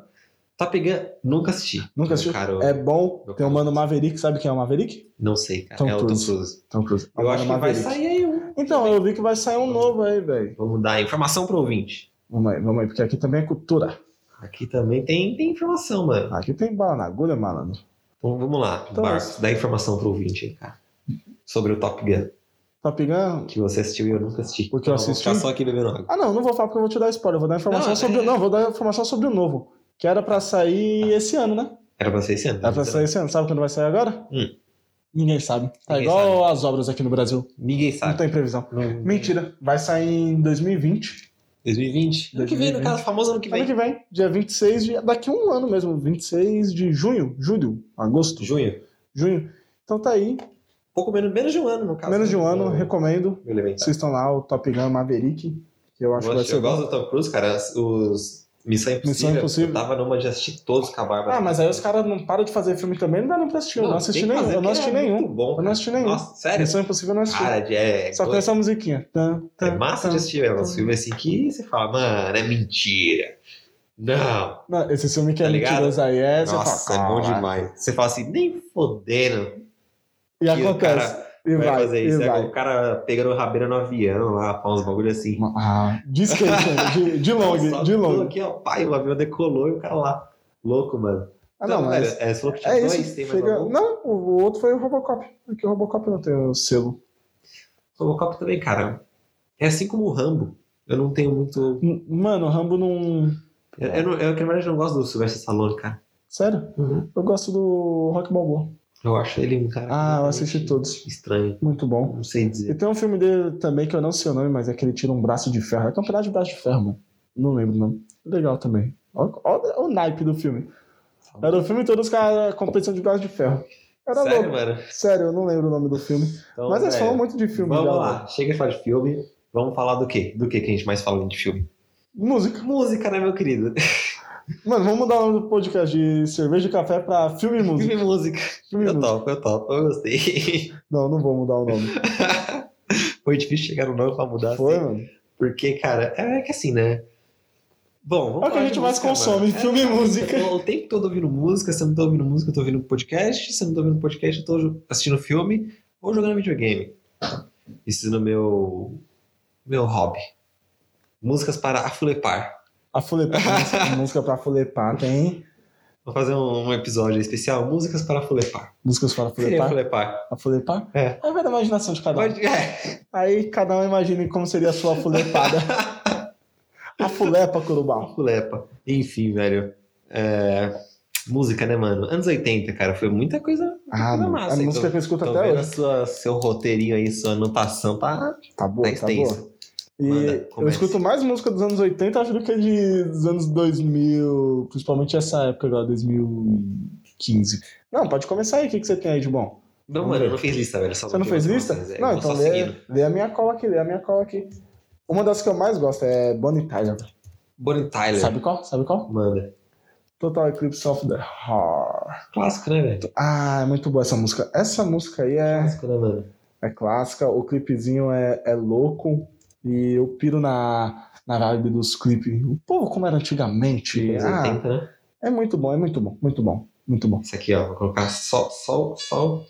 Speaker 2: Tá pegando. Nunca assisti.
Speaker 1: Nunca assistiu?
Speaker 2: Cara, eu
Speaker 1: É bom.
Speaker 2: Meu
Speaker 1: Tem o
Speaker 2: caro.
Speaker 1: Mano Maverick, sabe quem é o Maverick?
Speaker 2: Não sei, cara.
Speaker 1: Tom
Speaker 2: é o Tom
Speaker 1: Cruise.
Speaker 2: Cruise.
Speaker 1: Tom Cruise. É o
Speaker 2: Eu
Speaker 1: Mano
Speaker 2: acho que
Speaker 1: Maverick.
Speaker 2: vai sair aí um.
Speaker 1: Então, eu vi que vai sair um novo aí, velho.
Speaker 2: Vamos dar informação pro ouvinte.
Speaker 1: Vamos aí, vamos aí, porque aqui também é cultura.
Speaker 2: Aqui também tem, tem informação, mano.
Speaker 1: Aqui tem bala na agulha, malandro.
Speaker 2: Então vamos lá,
Speaker 1: Então,
Speaker 2: Marcos, dá informação pro ouvinte aí, cara. Sobre o Top Gun,
Speaker 1: Tá pegando?
Speaker 2: que você assistiu e eu nunca assisti.
Speaker 1: O que eu
Speaker 2: Então, vou
Speaker 1: assisti?
Speaker 2: ficar só aqui bebendo água.
Speaker 1: Ah, não, não vou falar porque eu vou te dar spoiler. Vou dar informação
Speaker 2: Não,
Speaker 1: sobre.
Speaker 2: é-
Speaker 1: Não, vou dar informação sobre o novo. Que era pra sair esse ano, né?
Speaker 2: Era pra ser esse ano? tá?
Speaker 1: Era pra sair esse ano. Sabe quando vai sair agora?
Speaker 2: Então. Hum.
Speaker 1: Ninguém sabe. Tá
Speaker 2: Ninguém Tá.
Speaker 1: igual as obras aqui no Brasil.
Speaker 2: Ninguém
Speaker 1: Não
Speaker 2: sabe.
Speaker 1: tem previsão.
Speaker 2: Não-
Speaker 1: Mentira. Vai sair em 2020.
Speaker 2: 2020? Ano que vem, no
Speaker 1: 2020.
Speaker 2: caso, famoso ano que
Speaker 1: Ano
Speaker 2: vem.
Speaker 1: que vem, dia 26 de. Daqui a um ano mesmo, 26 de junho. Julho. Agosto.
Speaker 2: Junho.
Speaker 1: Junho. Então tá aí.
Speaker 2: Pouco menos, menos de um ano, no caso.
Speaker 1: Menos de
Speaker 2: né?
Speaker 1: um ano,
Speaker 2: Vou-
Speaker 1: recomendo.
Speaker 2: vou elementar.
Speaker 1: Vocês estão lá, o Top Gun Maverick, que eu acho que vai
Speaker 2: Nossa,
Speaker 1: ser
Speaker 2: eu
Speaker 1: bom.
Speaker 2: gosto do Tom Cruise, cara. Os Missão Impossível.
Speaker 1: Impossível.
Speaker 2: Eu tava numa de assistir todos com a barba. assim.
Speaker 1: Ah, mas aí os caras não param de fazer filme também, não dá nem pra assistir. Eu não, assisti
Speaker 2: tem que
Speaker 1: nenhum.
Speaker 2: fazer,
Speaker 1: Eu não
Speaker 2: porque
Speaker 1: assisti
Speaker 2: é
Speaker 1: nenhum.
Speaker 2: Muito bom,
Speaker 1: Eu não assisti nenhum.
Speaker 2: Nossa, sério?
Speaker 1: Missão é um Impossível eu não assisti.
Speaker 2: Cara, de- é,
Speaker 1: Só
Speaker 2: go-
Speaker 1: com essa musiquinha. Tan, tan,
Speaker 2: é massa
Speaker 1: tan.
Speaker 2: de assistir mesmo. Uns filmes assim que você fala, mano, é mentira. Não.
Speaker 1: Não, esse filme que é
Speaker 2: Tá ligado?
Speaker 1: mentiroso aí é. você
Speaker 2: Nossa,
Speaker 1: fala,
Speaker 2: é bom
Speaker 1: "Cara".
Speaker 2: demais. Você fala assim, nem fodendo.
Speaker 1: E
Speaker 2: que o
Speaker 1: acontece.
Speaker 2: cara
Speaker 1: E
Speaker 2: vai,
Speaker 1: vai,
Speaker 2: fazer
Speaker 1: e
Speaker 2: isso. É
Speaker 1: vai.
Speaker 2: o cara pegando rabeira no avião lá, faz uns bagulho assim.
Speaker 1: Ah, de skate, né? de, de long,
Speaker 2: Nossa,
Speaker 1: de
Speaker 2: tô
Speaker 1: long.
Speaker 2: Aqui, ó, pai, o avião decolou e o cara lá. Louco, mano.
Speaker 1: Ah, não,
Speaker 2: velho,
Speaker 1: mas
Speaker 2: é, você falou que tinha
Speaker 1: é
Speaker 2: dois,
Speaker 1: isso.
Speaker 2: tem mais
Speaker 1: Chega...
Speaker 2: algum?
Speaker 1: Não, o o outro foi o Robocop. Porque o Robocop não tem o selo.
Speaker 2: Robocop também, cara. É assim como o Rambo. Eu não tenho muito.
Speaker 1: M- Hum, Mano, o Rambo não.
Speaker 2: Eu, eu, não, eu, que na verdade, não gosto do Sylvester Stallone, cara.
Speaker 1: Sério? Eu gosto do Rock Balboa.
Speaker 2: Eu acho ele um cara.
Speaker 1: Ah, eu assisti
Speaker 2: completamente
Speaker 1: todos.
Speaker 2: Estranho.
Speaker 1: Muito bom.
Speaker 2: Não sei
Speaker 1: E
Speaker 2: dizer.
Speaker 1: tem um filme dele também que eu não sei o nome, mas é que ele tira um braço de ferro. É campeonato de braço de ferro, mano. Não lembro o nome. Legal também. Olha o naipe do filme. Era o filme todo os caras competição de braço de ferro. Era
Speaker 2: Sério,
Speaker 1: louco.
Speaker 2: mano?
Speaker 1: Sério, eu não lembro o nome do filme.
Speaker 2: Então,
Speaker 1: mas eles
Speaker 2: velho,
Speaker 1: falam muito de filme.
Speaker 2: Vamos
Speaker 1: já, né?
Speaker 2: lá, chega de falar de filme. Vamos falar do quê? Do quê que a gente mais fala de filme?
Speaker 1: Música.
Speaker 2: Música, né, meu querido?
Speaker 1: Mano, vamos mudar o nome do podcast de cerveja e café pra filme e música.
Speaker 2: Filme e música.
Speaker 1: Filme e
Speaker 2: Eu
Speaker 1: música.
Speaker 2: topo, eu topo, eu gostei.
Speaker 1: Não, não vou mudar o nome.
Speaker 2: Foi difícil chegar no nome pra mudar
Speaker 1: Foi,
Speaker 2: assim.
Speaker 1: mano.
Speaker 2: Porque, cara, é que assim, né? Bom,
Speaker 1: É o
Speaker 2: vamos
Speaker 1: que a
Speaker 2: falar
Speaker 1: gente
Speaker 2: de
Speaker 1: mais
Speaker 2: música,
Speaker 1: consome,
Speaker 2: mano.
Speaker 1: filme e música.
Speaker 2: Eu tô o tempo todo ouvindo música, se eu não tô ouvindo música, eu tô ouvindo podcast, se eu não tô ouvindo podcast, eu tô assistindo filme ou jogando videogame. Isso é no meu meu hobby. Músicas para afulepar.
Speaker 1: A Fulepar, música- música pra Fulepar tem.
Speaker 2: Vou fazer um, um episódio especial, músicas para afulepar.
Speaker 1: Músicas para
Speaker 2: O que seria
Speaker 1: Fulepar.
Speaker 2: afulepar?
Speaker 1: A Fulepar?
Speaker 2: É.
Speaker 1: Aí vai da imaginação de cada um.
Speaker 2: Pode- é.
Speaker 1: Aí cada um imagine como seria a sua fulepada. a fulepa, Curubá.
Speaker 2: Afulepa. Enfim, velho. É, Música, né, mano? Anos 80, cara, foi muita coisa, muita
Speaker 1: Ah,
Speaker 2: coisa
Speaker 1: mano,
Speaker 2: é massa.
Speaker 1: a
Speaker 2: aí,
Speaker 1: música que eu escuto
Speaker 2: Tô
Speaker 1: até
Speaker 2: vendo a
Speaker 1: hoje.
Speaker 2: sua, seu roteirinho aí, sua anotação, tá,
Speaker 1: Tá boa, tá
Speaker 2: tá
Speaker 1: boa.
Speaker 2: extenso.
Speaker 1: E
Speaker 2: Manda,
Speaker 1: eu
Speaker 2: comece.
Speaker 1: escuto mais música dos anos 80, acho, do que de, dos anos 2000, principalmente essa época agora, 2015. Não, pode começar aí, o que, que você tem aí de bom?
Speaker 2: Não, mano, eu não fiz lista, velho. só
Speaker 1: Você não
Speaker 2: botei
Speaker 1: fez
Speaker 2: umas
Speaker 1: lista?
Speaker 2: notas, é,
Speaker 1: Não,
Speaker 2: vou
Speaker 1: então
Speaker 2: só
Speaker 1: lê,
Speaker 2: seguindo.
Speaker 1: lê a minha cola aqui, lê a minha cola aqui. Uma das que eu mais gosto é Bonnie Tyler.
Speaker 2: Bonnie Tyler.
Speaker 1: Sabe qual? Sabe qual?
Speaker 2: Manda.
Speaker 1: Total Eclipse of the Heart.
Speaker 2: Clássico, né, velho?
Speaker 1: Ah, é muito boa essa música. Essa música aí é...
Speaker 2: Clássico, né, mano?
Speaker 1: é clássica, o clipezinho é, é louco e eu piro na, na vibe dos clipes. O povo como era antigamente.
Speaker 2: Anos
Speaker 1: Ah,
Speaker 2: 80, né?
Speaker 1: é muito bom, é muito bom, muito bom, muito bom.
Speaker 2: Isso aqui, ó. Vou colocar sol, sol, sol.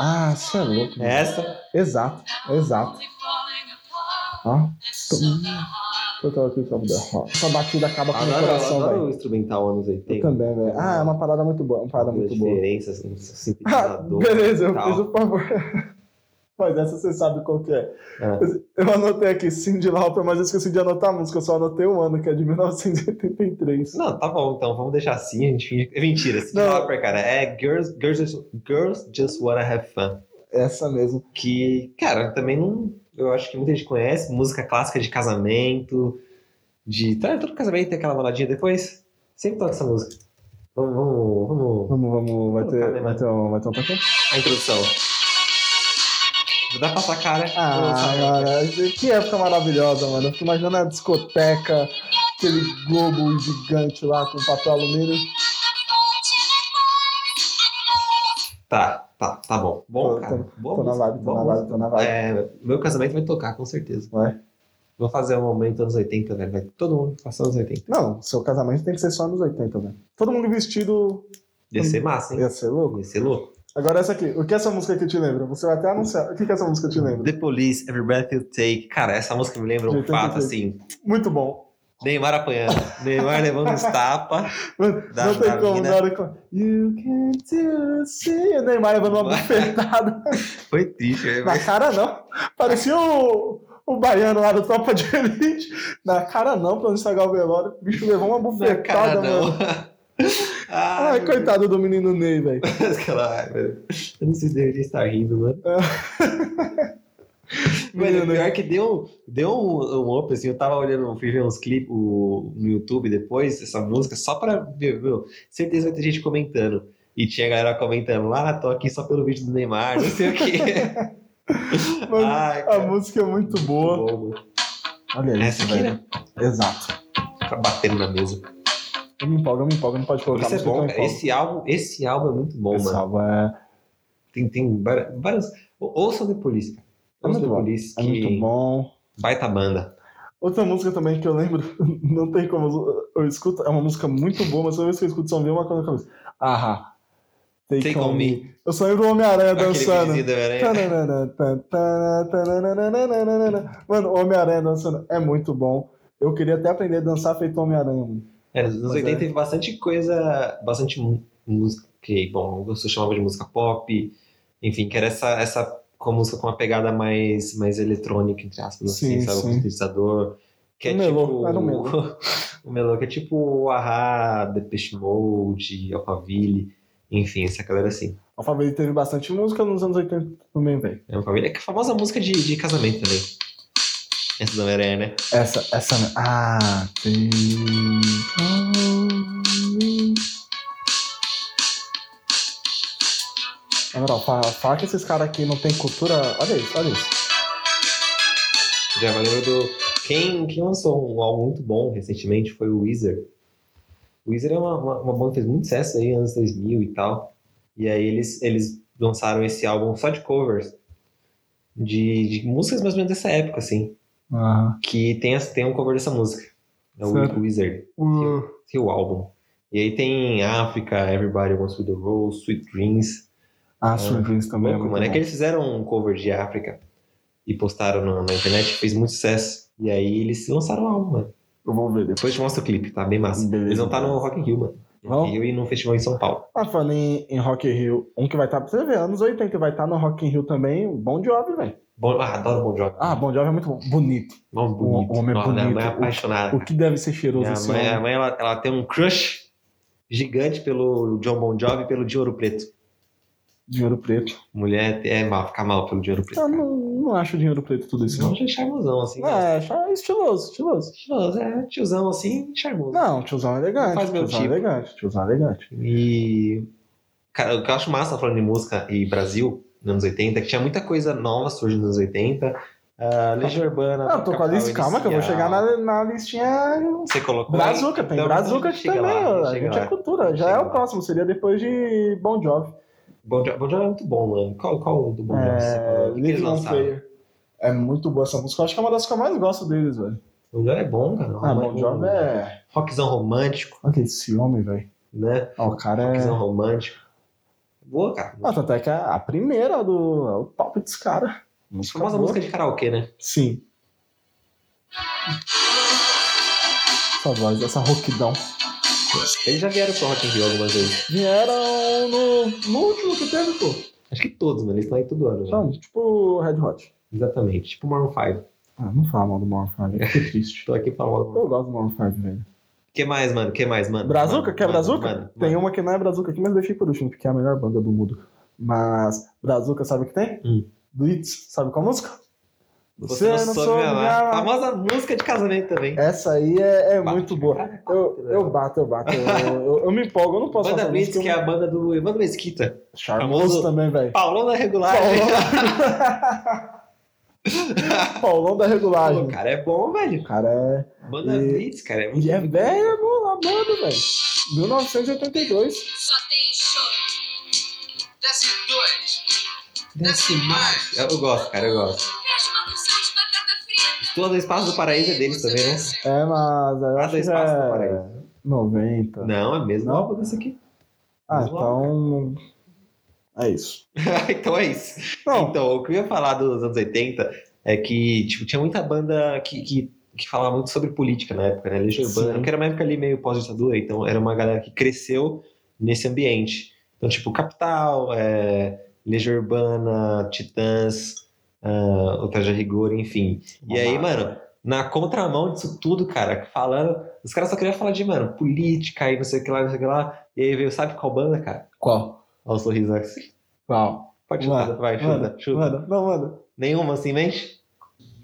Speaker 1: Ah, você é louco. mano.
Speaker 2: Essa.
Speaker 1: Exato, exato. Ó, total clipe of the rock. Essa batida acaba com o meu
Speaker 2: Adoro,
Speaker 1: coração,
Speaker 2: adoro
Speaker 1: velho.
Speaker 2: o instrumental anos
Speaker 1: Eu
Speaker 2: 80.
Speaker 1: também, velho. Ah, é uma parada muito boa, é uma parada muito boa.
Speaker 2: diferenças, um
Speaker 1: Ah,
Speaker 2: sintetizador.
Speaker 1: beleza, eu
Speaker 2: tal.
Speaker 1: fiz o favor. Mas essa você sabe qual que é.
Speaker 2: Ah.
Speaker 1: Eu anotei aqui Cindy Lauper, mas eu esqueci de anotar a música, eu só anotei o ano, que é de 1983.
Speaker 2: Não, tá bom, então vamos deixar assim, a gente finge... É mentira, esse
Speaker 1: Não.
Speaker 2: rapper, cara, é Girls, Girls, Just- Girls Just Wanna Have Fun.
Speaker 1: Essa mesmo.
Speaker 2: que, cara, também não. Eu acho que muita gente conhece, música clássica de casamento, de. Tá, todo casamento tem aquela baladinha depois. Sempre toca essa música. Vamos, vamos, vamos.
Speaker 1: Vamos, vamos, vai
Speaker 2: Vamos
Speaker 1: ter,
Speaker 2: colocar, né,
Speaker 1: vai ter um, vai ter um toque.
Speaker 2: A introdução. Dá pra sacar, né?
Speaker 1: Ah,
Speaker 2: Vamos,
Speaker 1: cara, que época maravilhosa, mano. Eu fico imaginando a discoteca, aquele globo gigante lá com papel alumínio.
Speaker 2: Tá, tá, tá bom. Bom,
Speaker 1: Tô-
Speaker 2: cara. Bom,
Speaker 1: Tô na vibe, tô na vibe, tô na vibe.
Speaker 2: É, meu casamento vai tocar, com certeza.
Speaker 1: Vai.
Speaker 2: Vou fazer um momento anos 80, velho. Vai todo mundo passar anos 80.
Speaker 1: Não, seu casamento tem que ser só nos 80, velho. Todo mundo vestido
Speaker 2: Ia ser massa, hein?
Speaker 1: ia ser louco.
Speaker 2: Ia ser louco.
Speaker 1: Agora essa aqui, o que essa música aqui te lembra? Você vai até anunciar. O que, que essa música te lembra?
Speaker 2: The Police, Every Breath You Take. Cara, essa música me lembra um
Speaker 1: Gente,
Speaker 2: fato,
Speaker 1: gente.
Speaker 2: assim,
Speaker 1: Muito bom.
Speaker 2: Neymar apanhando. Neymar levando os tapas.
Speaker 1: Mano,
Speaker 2: Da-
Speaker 1: não tem
Speaker 2: da
Speaker 1: como,
Speaker 2: mina.
Speaker 1: na hora que... You can do see... O Neymar levando uma
Speaker 2: Vai.
Speaker 1: bufetada
Speaker 2: Foi triste, né? velho.
Speaker 1: na cara, não. Parecia o, o baiano lá do Tropa de Elite. Na cara, não, pra não estragar o velório. O bicho levou uma
Speaker 2: Na cara,
Speaker 1: bufetada, mano.
Speaker 2: não.
Speaker 1: Ai,
Speaker 2: Ai,
Speaker 1: coitado do menino Ney, velho.
Speaker 2: aquela- ai, velho. Eu não sei se deveria estar rindo, mano. Mano,
Speaker 1: É. Menino Ney.
Speaker 2: pior que deu, deu um, um up, assim, eu tava olhando, fui ver uns clipes o- no YouTube depois, essa música, só pra ver, meu, certeza vai ter gente comentando. E tinha galera comentando, ah, tô aqui só pelo vídeo do Neymar, não sei o quê.
Speaker 1: Mano,
Speaker 2: Ai,
Speaker 1: A
Speaker 2: cara,
Speaker 1: música é muito boa.
Speaker 2: muito bom, mano.
Speaker 1: Olha
Speaker 2: Essa aqui, né?
Speaker 1: Exato.
Speaker 2: Fica batendo na mesa.
Speaker 1: Eu me empolgo, eu me empolgo, não pode colocar
Speaker 2: Isso é
Speaker 1: música que eu
Speaker 2: bom,
Speaker 1: me
Speaker 2: cara.
Speaker 1: empolgo.
Speaker 2: Esse álbum, esse álbum é muito bom,
Speaker 1: Esse
Speaker 2: mano.
Speaker 1: álbum é,
Speaker 2: Tem, tem várias. várias- ou- Ouçam The Police, cara.
Speaker 1: É
Speaker 2: Ouçam
Speaker 1: muito
Speaker 2: The
Speaker 1: bom,
Speaker 2: Police,
Speaker 1: é
Speaker 2: que
Speaker 1: muito bom.
Speaker 2: baita banda.
Speaker 1: Outra música também que eu lembro, não tem como. Eu escuto, é uma música muito boa, mas toda vez que eu escuto só me vem uma coisa na cabeça. Ahá. Take,
Speaker 2: Take
Speaker 1: on,
Speaker 2: on
Speaker 1: me. Eu só lembro do Homem-Aranha Tá
Speaker 2: Aquele né?
Speaker 1: dançando. Tá
Speaker 2: vizinho da Homem-Aranha.
Speaker 1: Tananana, tan, tan, tananana. Mano, Homem-Aranha dançando é muito bom. Eu queria até aprender a dançar feito Homem-Aranha. mano.
Speaker 2: É, nos anos
Speaker 1: Mas
Speaker 2: 80
Speaker 1: é.
Speaker 2: teve bastante coisa, bastante mu- música que, bom, eu chamava de música pop, enfim, que era essa, essa com a música com uma pegada mais, mais eletrônica, entre aspas,
Speaker 1: Sim,
Speaker 2: assim, sabe?
Speaker 1: sim.
Speaker 2: Com sintetizador. Que é
Speaker 1: O melô,
Speaker 2: tipo.
Speaker 1: era o
Speaker 2: o melô, que é tipo o Ahá, Depeche Mode, Alphaville, enfim, essa galera assim.
Speaker 1: Alphaville teve bastante música nos anos 80 também, velho.
Speaker 2: É uma família, é a famosa música de, de casamento também. Essa da Homem-Aranha, né?
Speaker 1: Essa, essa. Ah, tem. Na moral, fa- falar que esses caras aqui não tem cultura. Olha isso, olha isso.
Speaker 2: Já valeu do. Quem, quem lançou um álbum muito bom recentemente foi o Weezer. O Weezer é uma, uma, uma banda que fez muito sucesso aí, anos 2000 e tal. E aí eles, eles lançaram esse álbum só de covers. De, de músicas mais ou menos dessa época, assim.
Speaker 1: Ah.
Speaker 2: Que tem, as- tem um cover dessa música. É o
Speaker 1: Certo.
Speaker 2: Weezer,
Speaker 1: Uh,
Speaker 2: que é o álbum. E aí tem África, Everybody Wants to the Rose, Sweet Dreams.
Speaker 1: ah, Surgeons também. é
Speaker 2: Louco,
Speaker 1: muito
Speaker 2: mano. É
Speaker 1: bom.
Speaker 2: que eles fizeram um cover de África e postaram no- na internet, fez muito sucesso. E aí eles lançaram o álbum, mano.
Speaker 1: Eu vou ver depois.
Speaker 2: Depois eu te mostro o clipe, tá bem massa.
Speaker 1: Beleza. então.
Speaker 2: Eles vão estar no Rock in Rio, mano.
Speaker 1: Vão?
Speaker 2: Rock in Rio e no festival em São Paulo.
Speaker 1: Ah, falando em, em Rock in Rio, um que vai estar, pra você ver, anos 80, vai estar no Rock in Rio também, o Bon Jovi, velho.
Speaker 2: Bom, ah, adoro Bon Jovi.
Speaker 1: Ah, Bon Jovi é muito bom. bonito.
Speaker 2: Bom, bonito.
Speaker 1: o homem é
Speaker 2: Nossa, Minha
Speaker 1: bonito.
Speaker 2: mãe é
Speaker 1: O-
Speaker 2: apaixonada.
Speaker 1: O que deve ser cheiroso
Speaker 2: minha
Speaker 1: esse
Speaker 2: mãe, minha
Speaker 1: homem.
Speaker 2: mãe, ela, ela tem um crush gigante pelo John Bon Jovi e pelo de Ouro Preto.
Speaker 1: Dinheiro preto.
Speaker 2: Mulher é mal, fica mal pelo de Ouro Preto.
Speaker 1: Eu
Speaker 2: cara.
Speaker 1: não, não acho dinheiro preto tudo isso,
Speaker 2: Não,
Speaker 1: não.
Speaker 2: já é charmosão, assim.
Speaker 1: Não, é, é estiloso, estiloso.
Speaker 2: Charmoso, é tiozão, assim, charmoso.
Speaker 1: Não, tiozão é elegante.
Speaker 2: Faz meu
Speaker 1: tiozão
Speaker 2: tipo.
Speaker 1: é elegante, tiozão é elegante.
Speaker 2: E. É. Cara, o que eu acho massa falando de música e Brasil, nos anos 80, que tinha muita coisa nova surgindo nos anos 80. Ah, Legião Urbana.
Speaker 1: Não, tô com a
Speaker 2: Capital
Speaker 1: lista, calma que eu vou
Speaker 2: Inicial.
Speaker 1: chegar na, na listinha
Speaker 2: Você colocou. aí?
Speaker 1: Brazuca, tem
Speaker 2: Então,
Speaker 1: Brazuca aqui
Speaker 2: chega
Speaker 1: também,
Speaker 2: lá,
Speaker 1: ó, a
Speaker 2: chega
Speaker 1: gente
Speaker 2: lá.
Speaker 1: é cultura, já
Speaker 2: Chega
Speaker 1: é
Speaker 2: lá.
Speaker 1: o próximo, seria depois de Bon Jovi.
Speaker 2: Bon Jovi Bon Jovi é muito bom, mano. Qual, qual o do Bon Jovi? você
Speaker 1: É,
Speaker 2: falou? O que que eles
Speaker 1: Living on
Speaker 2: lançaram?
Speaker 1: Prayer. É muito boa essa música, eu acho que é uma das que eu mais gosto deles, velho.
Speaker 2: Bon Jovi é bom, cara.
Speaker 1: Ah, Bon Jovi é.
Speaker 2: Rockzão romântico,
Speaker 1: Olha esse homem, velho.
Speaker 2: né?
Speaker 1: Ó, o cara
Speaker 2: Rockzão
Speaker 1: é.
Speaker 2: romântico. Boa, cara.
Speaker 1: Ah, tanto é que a, a primeira do. É o top dos caras.
Speaker 2: Famosa música de karaokê, né?
Speaker 1: Sim. Essa voz, essa rouquidão.
Speaker 2: Eles já vieram pro Rock in Rio algumas vezes.
Speaker 1: Vieram no, no último que teve, pô.
Speaker 2: Acho que todos, mano. Eles estão aí todo ano. né?
Speaker 1: Então, tipo Red Hot.
Speaker 2: Exatamente. Tipo Maroon 5.
Speaker 1: Ah, não fala mal do Maroon 5, que triste.
Speaker 2: Tô aqui falando.
Speaker 1: Eu gosto do Maroon 5, velho.
Speaker 2: Que mais, mano? Que mais, mano?
Speaker 1: É Brazuca?
Speaker 2: Mano,
Speaker 1: Quer
Speaker 2: mano,
Speaker 1: Brazuca?
Speaker 2: mano,
Speaker 1: tem
Speaker 2: mano.
Speaker 1: uma que não é Brazuca aqui, mas deixei por último, porque é a melhor banda do mundo. Mas Brazuca sabe o que tem?
Speaker 2: Hum.
Speaker 1: Blitz. Sabe qual música? um-
Speaker 2: Você não soube me amar.
Speaker 1: amar.
Speaker 2: Famosa música de casamento também.
Speaker 1: ah. Essa aí é, é
Speaker 2: Bate,
Speaker 1: muito boa.
Speaker 2: cara.
Speaker 1: Eu, eu bato, eu bato. Eu, eu- eu me empolgo, eu não posso
Speaker 2: Banda
Speaker 1: falar
Speaker 2: Blitz,
Speaker 1: isso.
Speaker 2: que é a banda do Evandro Mesquita.
Speaker 1: Charmoso
Speaker 2: famoso-
Speaker 1: também, velho.
Speaker 2: Paulão da Regular.
Speaker 1: Paulão da regulagem.
Speaker 2: O cara é bom, velho.
Speaker 1: O cara é.
Speaker 2: Banda
Speaker 1: E-
Speaker 2: Blitz, cara. É muito
Speaker 1: E é
Speaker 2: bom.
Speaker 1: velho, bom, a banda, velho. 1982.
Speaker 3: Só tem choro. Desce dois.
Speaker 2: Desce mais. Eu, eu gosto, cara. Eu gosto.
Speaker 3: Pede uma porção de batata frita.
Speaker 2: Todo Espaço do Paraíso é deles também, né?
Speaker 1: É, mas. Eu
Speaker 2: Ah,
Speaker 1: acho
Speaker 2: do
Speaker 1: que
Speaker 2: Espaço do
Speaker 1: é
Speaker 2: Paraíso.
Speaker 1: 90.
Speaker 2: Não, é mesmo
Speaker 1: Não?
Speaker 2: álbum desse aqui.
Speaker 1: ah,
Speaker 2: mas logo,
Speaker 1: então. É isso.
Speaker 2: então é isso.
Speaker 1: Não,
Speaker 2: Então, o que eu ia falar dos anos 80 é que tipo, tinha muita banda que, que, que falava muito sobre política na época, né? Legião
Speaker 1: Sim.
Speaker 2: Urbana, que era uma época ali meio pós-ditadura, então era uma galera que cresceu nesse ambiente. Então, tipo, Capital, é, Legião Urbana, Titãs, ah, o Traje a Rigor, enfim. E aí, mano, na contramão disso tudo, cara, falando. Os caras só queriam falar de, mano, política e não sei o que lá, não sei o que lá. E aí veio, sabe qual banda, cara?
Speaker 1: Qual?
Speaker 2: Olha o sorriso assim.
Speaker 1: Qual?
Speaker 2: Pode
Speaker 1: Manda,
Speaker 2: chutar, vai, chuta,
Speaker 1: Manda,
Speaker 2: chuta.
Speaker 1: manda. Não, manda.
Speaker 2: Nenhuma assim em mente?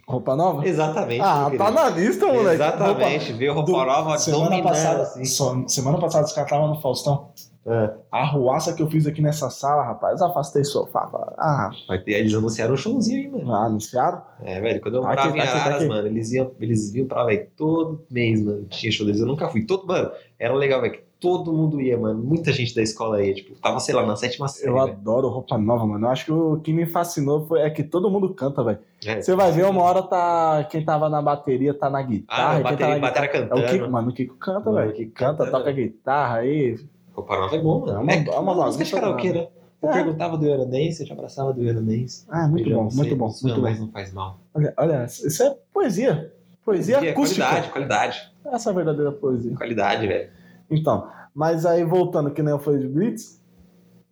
Speaker 1: Roupa nova?
Speaker 2: Exatamente.
Speaker 1: Ah,
Speaker 2: meu
Speaker 1: tá
Speaker 2: querido.
Speaker 1: na lista, moleque.
Speaker 2: Exatamente,
Speaker 1: Roupa-
Speaker 2: veio
Speaker 1: Do-
Speaker 2: Roporova
Speaker 1: Semana
Speaker 2: dominando
Speaker 1: passada,
Speaker 2: assim.
Speaker 1: só- semana passada os caras estavam no Faustão.
Speaker 2: É.
Speaker 1: A ruaça que eu fiz aqui nessa sala, rapaz, afastei sofá. Ah,
Speaker 2: Vai ter- eles anunciaram um showzinho aí, mano.
Speaker 1: ah, anunciaram?
Speaker 2: É, velho, quando eu
Speaker 1: Tá aqui,
Speaker 2: morava em
Speaker 1: tá aqui, tá
Speaker 2: Araras,
Speaker 1: aqui.
Speaker 2: mano, eles, iam, eles vinham pra lá, velho, todo mês, mano. Tinha show deles, eu nunca fui. Todo, mano, era legal, velho, que todo mundo ia, mano. Muita gente da escola ia, tipo, tava, sei lá, na sétima série,
Speaker 1: Eu
Speaker 2: velho.
Speaker 1: adoro roupa nova, mano. Eu acho que o que me fascinou foi, é que todo mundo canta, velho.
Speaker 2: É.
Speaker 1: Você vai ver, uma hora tá. Quem tava na bateria tá na
Speaker 2: Ah,
Speaker 1: guitarra.
Speaker 2: ah
Speaker 1: quem tá
Speaker 2: bateria,
Speaker 1: na guitarra-
Speaker 2: bateria
Speaker 1: É
Speaker 2: cantando.
Speaker 1: o Kiko, mano. O Kiko canta,
Speaker 2: Mano,
Speaker 1: velho.
Speaker 2: o Kiko
Speaker 1: Canta,
Speaker 2: canta,
Speaker 1: toca guitarra aí.
Speaker 2: O Paranova é bom,
Speaker 1: É
Speaker 2: mano.
Speaker 1: uma-
Speaker 2: É,
Speaker 1: é uma
Speaker 2: música de
Speaker 1: bagunça,
Speaker 2: karaokê, né? Eu
Speaker 1: É.
Speaker 2: perguntava do Iranense, eu te abraçava do Iranense.
Speaker 1: Ah, muito bom, muito bom, muito bom.
Speaker 2: Mas não faz mal.
Speaker 1: Olha, olha, isso é poesia. Poesia
Speaker 2: E é
Speaker 1: acústica.
Speaker 2: Qualidade, qualidade.
Speaker 1: Essa é a verdadeira poesia.
Speaker 2: Qualidade, velho.
Speaker 1: Então, mas aí voltando, que nem eu falei de Blitz,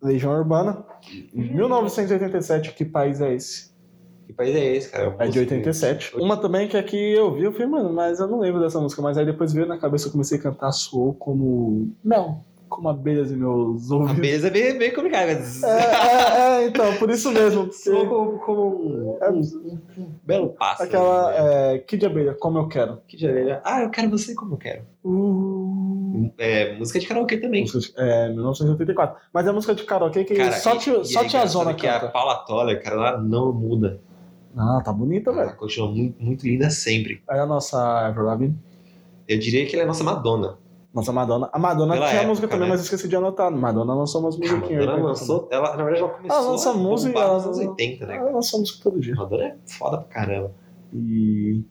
Speaker 1: Legião Urbana,
Speaker 2: Hum.
Speaker 1: 1987, que país é esse?
Speaker 2: Que país é esse, cara?
Speaker 1: É de
Speaker 2: Música-
Speaker 1: 87. Uma também que é que eu vi, eu falei, mano, mas eu não lembro dessa música, mas aí depois veio na cabeça, eu comecei a cantar, soou como... Não, como abelhas em meus
Speaker 2: A
Speaker 1: ouvidos.
Speaker 2: beleza é bem, bem complicada, mas...
Speaker 1: É, é, é, então, por isso mesmo.
Speaker 2: Soou
Speaker 1: Porque
Speaker 2: como, como um,
Speaker 1: É.
Speaker 2: um- um belo passo.
Speaker 1: aquela,
Speaker 2: Né?
Speaker 1: é, que de abelha, como eu quero.
Speaker 2: Que já era, Ah, eu quero você como eu quero.
Speaker 1: Uh...
Speaker 2: É, música de karaokê também.
Speaker 1: Música de- é, 1984. Mas é música de karaokê que
Speaker 2: Cara,
Speaker 1: só,
Speaker 2: e-
Speaker 1: te, só
Speaker 2: e é
Speaker 1: te a
Speaker 2: engraçado
Speaker 1: zona
Speaker 2: que a
Speaker 1: canta.
Speaker 2: Paula Toller, cara, ela não muda.
Speaker 1: Ah, tá bonita, velho.
Speaker 2: Ela continua muito, muito linda sempre.
Speaker 1: Aí a nossa Avril Lavigne.
Speaker 2: Eu diria que ela é a nossa Madonna.
Speaker 1: Nossa Madonna. A Madonna
Speaker 2: Pela
Speaker 1: tinha
Speaker 2: época,
Speaker 1: música também,
Speaker 2: né?
Speaker 1: mas eu esqueci de anotar. Madonna lançou umas
Speaker 2: Ah,
Speaker 1: musiquinhas. aí
Speaker 2: Madonna
Speaker 1: pra
Speaker 2: lançou, ela, na verdade, ela começou
Speaker 1: Ela lança
Speaker 2: a bombar
Speaker 1: música, ela
Speaker 2: nos anos
Speaker 1: lança-
Speaker 2: 80,
Speaker 1: cantar.
Speaker 2: né?
Speaker 1: Ela lançou música todo dia.
Speaker 2: Madonna é foda pra caramba.
Speaker 1: E.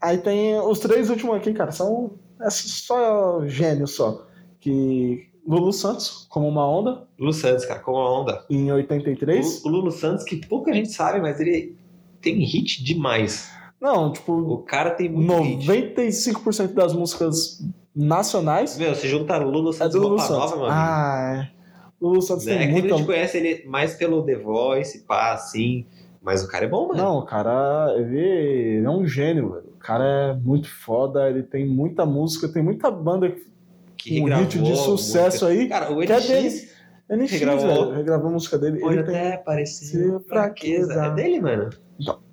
Speaker 1: Aí tem os três últimos aqui, cara. São é só gênios só. Que. Lulu Santos, como uma onda,
Speaker 2: Lulu Santos, cara, como a onda.
Speaker 1: em 83.
Speaker 2: O, o Lulu Santos, que pouca gente sabe, mas ele tem hit demais.
Speaker 1: Não, tipo,
Speaker 2: O cara tem muito hit.
Speaker 1: 95% das músicas nacionais
Speaker 2: Meu, se junta Lulu
Speaker 1: é
Speaker 2: Santos
Speaker 1: do
Speaker 2: e
Speaker 1: Lulu
Speaker 2: Roupa
Speaker 1: Santos.
Speaker 2: Nova, mano.
Speaker 1: Ah, é. Lulu Santos
Speaker 2: é
Speaker 1: tem
Speaker 2: que a gente
Speaker 1: muita.
Speaker 2: conhece ele mais pelo The Voice, pá, assim. Mas o cara é bom, mano.
Speaker 1: Não, o cara, ele, ele é um gênio, velho. O cara é muito foda, ele tem muita música, tem muita banda com
Speaker 2: que regravou
Speaker 1: um hit de sucesso
Speaker 2: música.
Speaker 1: aí.
Speaker 2: Cara, o
Speaker 1: Que é
Speaker 2: NX
Speaker 1: dele. NX,
Speaker 2: Regravou.
Speaker 1: velho, regravou a música dele.
Speaker 2: pode
Speaker 1: Ele tem...
Speaker 2: até
Speaker 1: Seu
Speaker 2: parecer
Speaker 1: fraqueza.
Speaker 2: fraqueza. É dele, mano.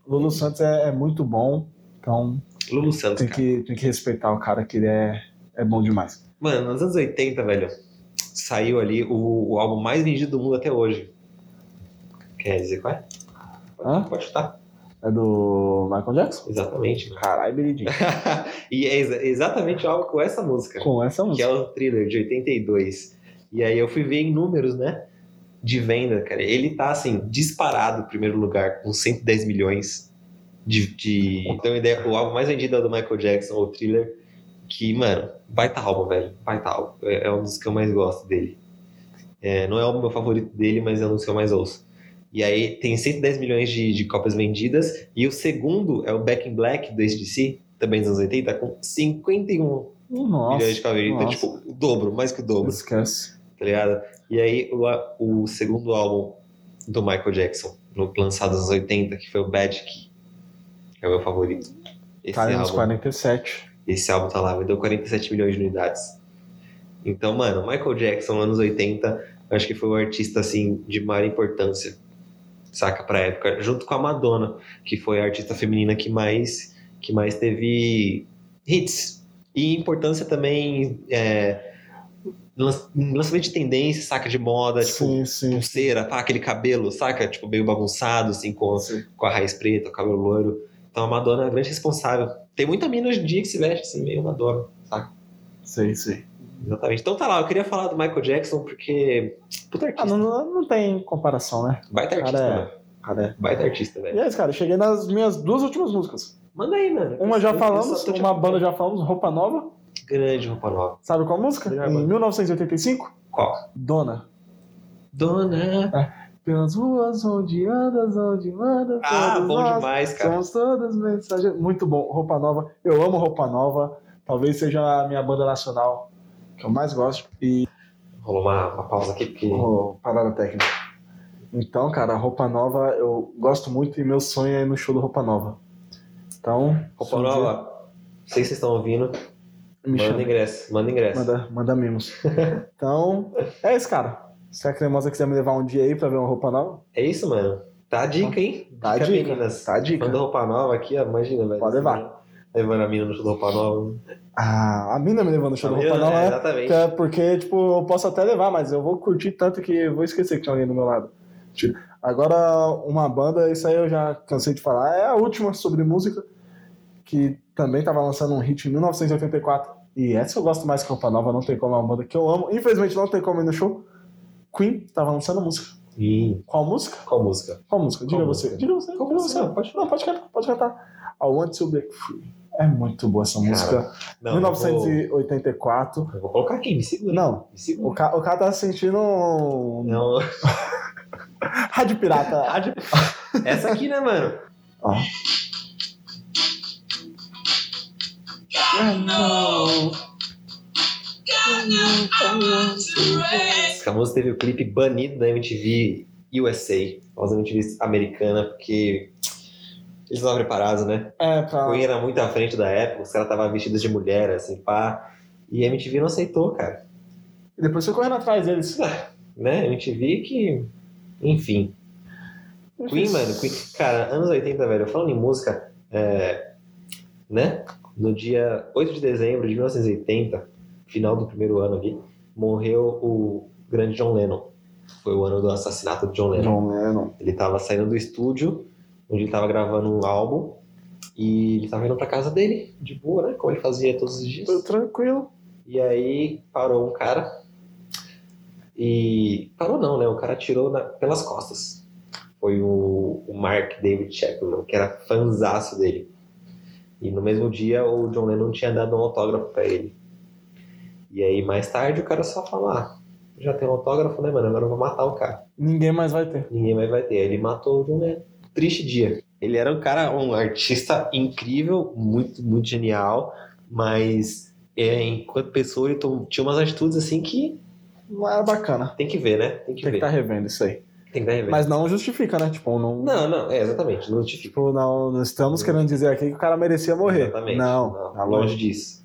Speaker 1: Lulu Santos é, é muito bom, então
Speaker 2: Lulu Santos,
Speaker 1: tem
Speaker 2: cara.
Speaker 1: que, tem que respeitar o cara que ele é, é bom demais.
Speaker 2: Mano, nos anos 80, velho, saiu ali o, o álbum mais vendido do mundo até hoje. Quer dizer qual é? Pode,
Speaker 1: Hã?
Speaker 2: pode chutar.
Speaker 1: É do Michael Jackson?
Speaker 2: Exatamente. mano.
Speaker 1: Caralho, Beridinho.
Speaker 2: e é exa- exatamente o álbum com essa música,
Speaker 1: Com essa
Speaker 2: que
Speaker 1: música.
Speaker 2: é o thriller de 82. E aí eu fui ver em números, né? De venda, cara. Ele tá, assim, disparado em primeiro lugar, com 110 milhões de. de... Então, a ideia, o álbum mais vendido é o do Michael Jackson, o thriller. Que, mano, baita álbum, velho. Baita álbum. É, é um dos que eu mais gosto dele. É, não é o meu favorito dele, mas é um dos que eu mais ouço. E aí tem 110 milhões de, de cópias vendidas. E o segundo é o Back in Black do ACDC, também dos anos 80, com 51 milhões
Speaker 1: Nossa,
Speaker 2: de caveiras. Então,
Speaker 1: nossa.
Speaker 2: tipo, o dobro, mais que o dobro,
Speaker 1: esquece.
Speaker 2: tá ligado? E aí, o, a- o segundo álbum do Michael Jackson, no, lançado nos 80, que foi o Bad Key, que é o meu favorito. Esse
Speaker 1: Cara, Tá nos
Speaker 2: álbum,
Speaker 1: 47.
Speaker 2: esse álbum tá lá, vendeu 47 milhões de unidades. Então, mano, Michael Jackson, anos 80, eu acho que foi o artista, assim, de maior importância, saca, pra época. Junto com a Madonna, que foi a artista feminina que mais, que mais teve hits. E importância também é, lan- lançamento de tendência, saca, de moda, tipo,
Speaker 1: sim, sim.
Speaker 2: pulseira, pá, aquele cabelo, saca, tipo, meio bagunçado, assim, com com a raiz preta, o cabelo loiro. Então a Madonna é a grande responsável. Tem muita mina hoje em dia que se veste assim, meio Madonna, saca?
Speaker 1: Sei, sei.
Speaker 2: Exatamente. Então tá lá, eu queria falar do Michael Jackson porque. Puta
Speaker 1: Ah, não,
Speaker 2: artista.
Speaker 1: não, não tem comparação, né?
Speaker 2: Baita
Speaker 1: Cara,
Speaker 2: artista,
Speaker 1: é.
Speaker 2: mano.
Speaker 1: Cara.
Speaker 2: Baita artista,
Speaker 1: E
Speaker 2: velho.
Speaker 1: é isso, cara. Cheguei nas minhas duas últimas músicas.
Speaker 2: Manda aí, mano.
Speaker 1: Uma já
Speaker 2: Eu- eu
Speaker 1: falamos,
Speaker 2: só tô te-
Speaker 1: uma banda já falamos, Roupa Nova.
Speaker 2: Grande roupa nova.
Speaker 1: Sabe qual música?
Speaker 2: Melhor
Speaker 1: Em
Speaker 2: banda.
Speaker 1: 1985,
Speaker 2: Qual?
Speaker 1: Dona.
Speaker 2: Dona.
Speaker 1: Pelas ruas onde andas, onde mandas.
Speaker 2: Ah,
Speaker 1: todos
Speaker 2: bom
Speaker 1: nós
Speaker 2: demais, cara.
Speaker 1: Somos todas mensagens. Muito bom. Roupa Nova. Eu amo Roupa Nova. Talvez seja a minha banda nacional que eu mais gosto. E.
Speaker 2: Rolou uma, uma pausa aqui porque.
Speaker 1: Oh, parada técnica. Então, cara, Roupa Nova eu gosto muito e meu sonho é ir no show do Roupa Nova. Então,
Speaker 2: Coparola, sei que vocês estão ouvindo.
Speaker 1: me
Speaker 2: manda
Speaker 1: chama.
Speaker 2: ingresso, manda ingresso.
Speaker 1: Manda, manda mimos. então, é isso, cara. Se a cremosa quiser me levar um dia aí pra ver uma roupa nova,
Speaker 2: É isso, mano. Tá a dica, hein?
Speaker 1: Tá a dica,
Speaker 2: meninas.
Speaker 1: tá a dica.
Speaker 2: Manda roupa nova aqui, ó, imagina, velho.
Speaker 1: Pode levar.
Speaker 2: Levando a mina no show da roupa nova.
Speaker 1: ah, a mina me levando no show da
Speaker 2: A
Speaker 1: roupa
Speaker 2: mina,
Speaker 1: nova,
Speaker 2: é,
Speaker 1: é,
Speaker 2: Exatamente.
Speaker 1: É, porque, tipo, eu posso até levar, mas eu vou curtir tanto que eu vou esquecer que tinha alguém do meu lado. Tipo, Agora, uma banda, isso aí eu já cansei de falar, é a última sobre música, que também tava lançando um hit em 1984. E essa eu gosto mais que Roupa Nova, não tem como, é uma banda que eu amo. Infelizmente não tem como ir no show. Queen tava lançando música.
Speaker 2: Ih,
Speaker 1: Qual música?
Speaker 2: qual música?
Speaker 1: Qual música? Diga
Speaker 2: Qual
Speaker 1: você.
Speaker 2: música?
Speaker 1: Diga você.
Speaker 2: Qual
Speaker 1: diga
Speaker 2: música?
Speaker 1: você. Pode, não, pode cantar, pode cantar. I Want to Break Free. É muito boa essa música.
Speaker 2: Não, eu
Speaker 1: 1984.
Speaker 2: Vou, eu vou colocar aqui, me segura.
Speaker 1: Não,
Speaker 2: Me
Speaker 1: O
Speaker 2: segura.
Speaker 1: cara, o cara tá se sentindo um
Speaker 2: Não.
Speaker 1: rádio pirata.
Speaker 2: Rádio. Essa aqui, né, mano? Essa música teve o clipe banido da MTV USA, famosa MTV americana, porque eles não estavam preparados, né?
Speaker 1: É,
Speaker 2: A
Speaker 1: pra...
Speaker 2: Queen era muito à frente da época, os caras estavam vestidos de mulher, assim, pá. E a MTV não aceitou, cara.
Speaker 1: Depois foi correndo atrás deles.
Speaker 2: Né? A MTV que. Enfim. Queen, mano, Queen. Cara, anos 80, velho, falando em música, é, né? No dia 8 de dezembro de 1980, final do primeiro ano ali, morreu o grande John Lennon. Foi o ano do assassinato do John Lennon.
Speaker 1: John Lennon.
Speaker 2: Ele tava saindo do estúdio, onde ele tava gravando um álbum, e ele tava indo pra casa dele, de boa, né? Como ele fazia todos os dias.
Speaker 1: Foi tranquilo.
Speaker 2: E aí parou um cara. E. Parou não, né? O cara atirou na- pelas costas. Foi o, o Mark David Chapman, que era fanzaço dele. E no mesmo dia o John Lennon tinha dado um autógrafo pra ele. E aí mais tarde o cara só falou: ah, já tem um autógrafo, né, mano? Agora eu vou matar o cara.
Speaker 1: Ninguém mais vai ter.
Speaker 2: Ninguém mais vai ter. Aí ele matou o John Lennon. Triste dia. Ele era um cara, um artista incrível, muito, muito genial, mas é, enquanto pessoa ele tom- tinha umas atitudes assim que
Speaker 1: Não era bacana.
Speaker 2: tem que ver, né? Tem que
Speaker 1: Tem que
Speaker 2: ver.
Speaker 1: estar revendo isso aí.
Speaker 2: Tem que dar revés.
Speaker 1: Mas não justifica, né? Tipo, não.
Speaker 2: Não, não, é, exatamente, não justifica.
Speaker 1: Tipo, não, não estamos querendo dizer aqui que o cara merecia morrer.
Speaker 2: Exatamente.
Speaker 1: Não, tá
Speaker 2: longe,
Speaker 1: longe.
Speaker 2: disso.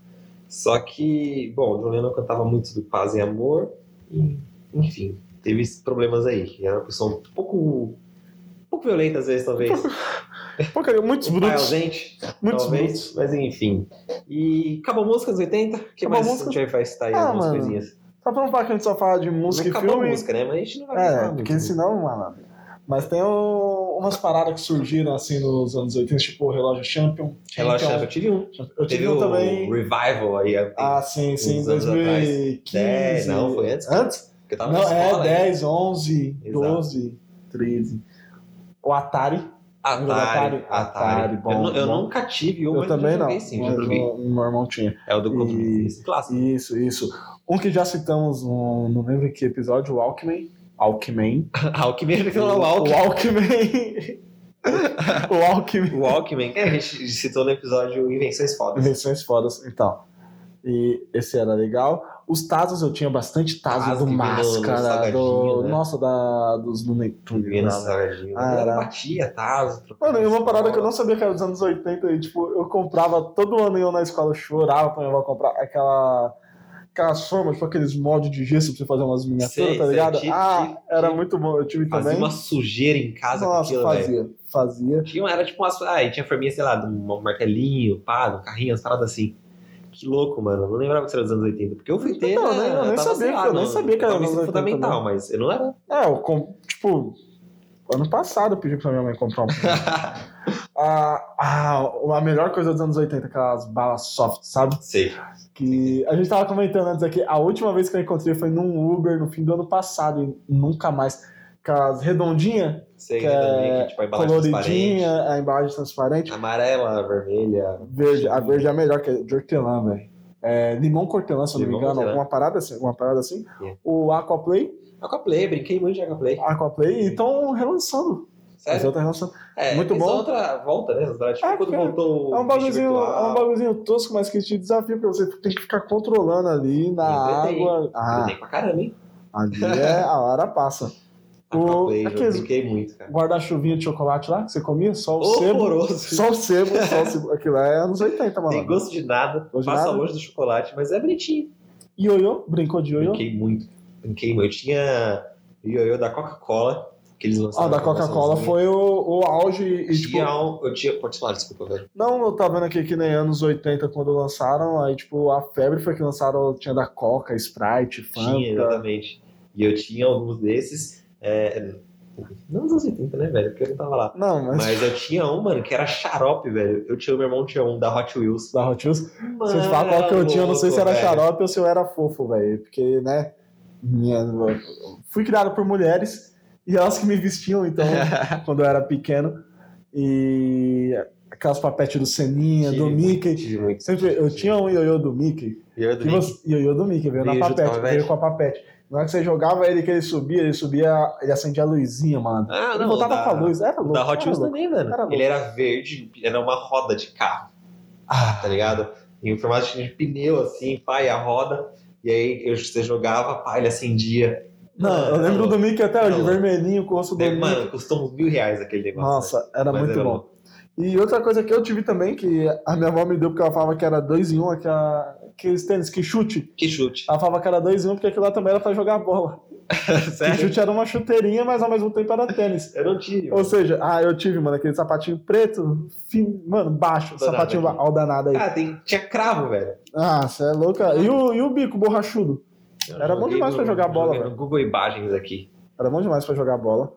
Speaker 2: Só que, bom, o John Lennon cantava muito do paz e amor, e, enfim, teve esses problemas aí. Era uma pessoa um pouco, um pouco violenta às vezes, talvez.
Speaker 1: Pô, cara, muitos
Speaker 2: Pai
Speaker 1: brutos.
Speaker 2: ausente.
Speaker 1: Muitos brutos.
Speaker 2: Talvez, mas enfim. E acabou música nos 80? O que
Speaker 1: Acabou
Speaker 2: mais
Speaker 1: música?
Speaker 2: a gente vai citar aí
Speaker 1: Ah,
Speaker 2: algumas
Speaker 1: mano,
Speaker 2: coisinhas?
Speaker 1: Só pra não falar que a gente só fala de música
Speaker 2: Não
Speaker 1: e
Speaker 2: acabou
Speaker 1: filme.
Speaker 2: música, né? Mas a gente não vai falar
Speaker 1: É,
Speaker 2: muito.
Speaker 1: porque senão, malandro. Mas tem um- umas paradas que surgiram assim nos anos 80, tipo o relógio Champion.
Speaker 2: Relaxa,
Speaker 1: Champion.
Speaker 2: eu tive um.
Speaker 1: então, Eu tive
Speaker 2: Teve
Speaker 1: um
Speaker 2: o
Speaker 1: também.
Speaker 2: Revival aí. eu-
Speaker 1: Ah, sim, sim, em
Speaker 2: uns anos atrás.
Speaker 1: 2015.
Speaker 2: Dez, não, foi antes.
Speaker 1: Antes?
Speaker 2: que eu tava
Speaker 1: Não,
Speaker 2: na escola.
Speaker 1: é
Speaker 2: né?
Speaker 1: 10, 11,
Speaker 2: Exato.
Speaker 1: 12, 13. O Atari.
Speaker 2: Atari,
Speaker 1: Atari,
Speaker 2: Atari. né?
Speaker 1: Atari, bom,
Speaker 2: eu, nu- eu
Speaker 1: bom.
Speaker 2: nunca tive um,
Speaker 1: eu
Speaker 2: mas
Speaker 1: também
Speaker 2: eu
Speaker 1: não.
Speaker 2: joguei sim, já
Speaker 1: mas
Speaker 2: joguei.
Speaker 1: o meu irmão tinha.
Speaker 2: É o do
Speaker 1: E-
Speaker 2: controle clássico.
Speaker 1: Isso, isso. Um que já citamos, no, não lembro em que episódio, o Alckmin. Alckmin.
Speaker 2: Ah, o que mesmo que
Speaker 1: O
Speaker 2: é o Walkman.
Speaker 1: Alckmin. o Alckmin.
Speaker 2: O Walkman, que a gente citou no episódio Invenções Fodas.
Speaker 1: Invenções fodas, então. E esse era legal. Os Tazos, eu tinha bastante Tazo do
Speaker 2: Tazo que vinha no- no
Speaker 1: Máscara,
Speaker 2: salgadinho,
Speaker 1: do.
Speaker 2: né?
Speaker 1: Nossa, da, dos Lunetunes.
Speaker 2: Vinha nesse salgadinho.
Speaker 1: Ah,
Speaker 2: Eu
Speaker 1: era.
Speaker 2: Batia, tazo. trocava
Speaker 1: Mano, e uma parada
Speaker 2: escola.
Speaker 1: que eu não sabia que era dos anos 80, e, tipo, eu comprava todo ano eu na escola, eu chorava pra minha avó comprar aquela. Aquelas formas, tipo aqueles moldes de gesso pra você fazer umas miniaturas,
Speaker 2: Sei,
Speaker 1: tá
Speaker 2: sei,
Speaker 1: ligado?
Speaker 2: tive,
Speaker 1: ah,
Speaker 2: tive,
Speaker 1: era
Speaker 2: tive.
Speaker 1: muito bom, eu tive
Speaker 2: Fazia
Speaker 1: também.
Speaker 2: uma sujeira em casa com
Speaker 1: Nossa,
Speaker 2: aquilo, velho.
Speaker 1: fazia, fazia.
Speaker 2: Tinha, era tipo umas. Ah, e tinha forminha, sei lá, de um martelinho, pá, de um carrinho, umas paradas assim. Que louco, mano. Eu não lembrava que isso era dos anos 80. Porque eu fui ter.
Speaker 1: Então, né, eu nem
Speaker 2: tava,
Speaker 1: sabia
Speaker 2: sei lá,
Speaker 1: que- eu nem
Speaker 2: no-
Speaker 1: sabia que era
Speaker 2: eu tava
Speaker 1: dos
Speaker 2: no
Speaker 1: anos 80
Speaker 2: fundamental, mas eu não era.
Speaker 1: É, eu, com- tipo, ano passado eu pedi pra minha mãe comprar um. Ah, ah, a melhor coisa dos anos 80, aquelas balas soft, sabe?
Speaker 2: Sei.
Speaker 1: Que a gente tava comentando antes aqui, a última vez que eu encontrei foi num Uber no fim do ano passado e nunca mais. Aquelas redondinhas,
Speaker 2: Sei
Speaker 1: Que
Speaker 2: que,
Speaker 1: é
Speaker 2: também, que tipo, a embalagem transparente.
Speaker 1: coloridinha, a embalagem transparente.
Speaker 2: Amarela, vermelha.
Speaker 1: Verde, a verde é a melhor, que é de hortelã, velho. É, limão com hortelã, se eu não me
Speaker 2: Limão
Speaker 1: engano,
Speaker 2: com hortelã. É.
Speaker 1: alguma parada assim. Alguma parada assim.
Speaker 2: Yeah.
Speaker 1: O Aquaplay,
Speaker 2: Aquaplay, brinquei muito de Aquaplay.
Speaker 1: Aquaplay, e estão relançando. As
Speaker 2: Sério?
Speaker 1: outras relançando.
Speaker 2: É,
Speaker 1: muito
Speaker 2: essa
Speaker 1: bom.
Speaker 2: outra volta, né? Tipo,
Speaker 1: É,
Speaker 2: quando
Speaker 1: cara,
Speaker 2: voltou.
Speaker 1: É um
Speaker 2: o
Speaker 1: bagulhozinho,
Speaker 2: bicho
Speaker 1: é
Speaker 2: virtual,
Speaker 1: um bagulhozinho tosco, mas que te desafia, porque você tem que ficar controlando ali na
Speaker 2: Eu tentei.
Speaker 1: água. Ah,
Speaker 2: Brinquei pra caramba, hein?
Speaker 1: Ali é a hora passa. O-
Speaker 2: Play, eu
Speaker 1: aqueles-
Speaker 2: brinquei muito, cara.
Speaker 1: Guarda-chuvinha de chocolate lá que você comia? Só o sebo.
Speaker 2: Horroroso.
Speaker 1: Só o sebo, só o sebo. Aquilo lá é anos 80,
Speaker 2: Tem
Speaker 1: mano.
Speaker 2: gosto de nada,
Speaker 1: Gosto de
Speaker 2: passa
Speaker 1: nada?
Speaker 2: longe do chocolate, mas é bonitinho.
Speaker 1: Ioiô? Brincou de ioiô?
Speaker 2: Brinquei muito. Brinquei muito. Eu tinha ioiô da Coca-Cola, que eles lançaram.
Speaker 1: Ah, da
Speaker 2: na promoção
Speaker 1: Coca-Cola
Speaker 2: também.
Speaker 1: foi o, o auge e, tipo.
Speaker 2: Tinha um, eu tinha, pode falar, desculpa, velho.
Speaker 1: Não, eu tava vendo aqui que nem anos 80 quando lançaram, aí tipo, a febre foi que lançaram, tinha da Coca, Sprite,
Speaker 2: Tinha,
Speaker 1: Fanta.
Speaker 2: exatamente. E eu tinha alguns desses. é, não nos anos 80, né, velho? Porque eu não tava lá.
Speaker 1: Não, mas,
Speaker 2: Mas eu tinha um, mano, que era xarope, velho. Eu tinha, meu irmão tinha um da Hot Wheels.
Speaker 1: da Hot Wheels.
Speaker 2: Mano,
Speaker 1: Se eu te falar qual que eu tinha, eu não sei se era
Speaker 2: louco, velho.
Speaker 1: xarope ou se eu era fofo, velho. Porque, né, minha- fui criado por mulheres e elas que me vestiam, então, quando eu era pequeno. E aquelas papetes do Seninha, do
Speaker 2: Tive
Speaker 1: Mickey.
Speaker 2: Tive muito.
Speaker 1: Sempre, eu tinha um ioiô do Mickey,
Speaker 2: E eu
Speaker 1: Que você- E o Yodo Mickey veio na
Speaker 2: Veio junto com a
Speaker 1: papete,
Speaker 2: papete?
Speaker 1: veio com a papete. Na hora que você jogava ele, que ele subia, ele subia, ele acendia a luzinha, mano.
Speaker 2: Ah,
Speaker 1: ele
Speaker 2: não,
Speaker 1: voltava
Speaker 2: da-
Speaker 1: com a luz, era louco.
Speaker 2: Da Hot
Speaker 1: era
Speaker 2: Wheels né?
Speaker 1: louco.
Speaker 2: também, mano.
Speaker 1: Era louco.
Speaker 2: Ele era verde, era uma roda de carro,
Speaker 1: Ah,
Speaker 2: tá ligado? Em formato de pneu, assim, pai, a roda. E aí eu- você jogava, pá, ele acendia.
Speaker 1: não, eu
Speaker 2: Mano,
Speaker 1: lembro do Mickey até hoje,
Speaker 2: Era louco.
Speaker 1: vermelhinho, com o rosto do
Speaker 2: Deve-
Speaker 1: Mickey.
Speaker 2: Mano, custou uns mil reais aquele negócio.
Speaker 1: Nossa, era
Speaker 2: Mas
Speaker 1: muito
Speaker 2: era
Speaker 1: bom. E outra coisa que eu tive também, que a minha avó me deu porque ela falava que era 2 em 1, um, aquela- aqueles tênis que chute.
Speaker 2: Que chute.
Speaker 1: Ela falava que era 2 em 1 um, porque aquilo lá também era pra jogar bola. Que
Speaker 2: Sério?
Speaker 1: chute era uma chuteirinha, mas ao mesmo tempo era tênis.
Speaker 2: Eu não tive.
Speaker 1: Ou
Speaker 2: mano.
Speaker 1: seja, ah, eu tive, mano, aquele sapatinho preto, fino, mano, baixo,
Speaker 2: Danado
Speaker 1: sapatinho
Speaker 2: aqui.
Speaker 1: baixo, ó, o danado aí.
Speaker 2: Ah, tem, tinha cravo, velho.
Speaker 1: Ah, você é louca. E o, e o bico borrachudo?
Speaker 2: Eu
Speaker 1: Era bom
Speaker 2: joguei
Speaker 1: demais pra jogar bola,
Speaker 2: joguei no Google Imagens aqui.
Speaker 1: Era bom demais pra jogar bola.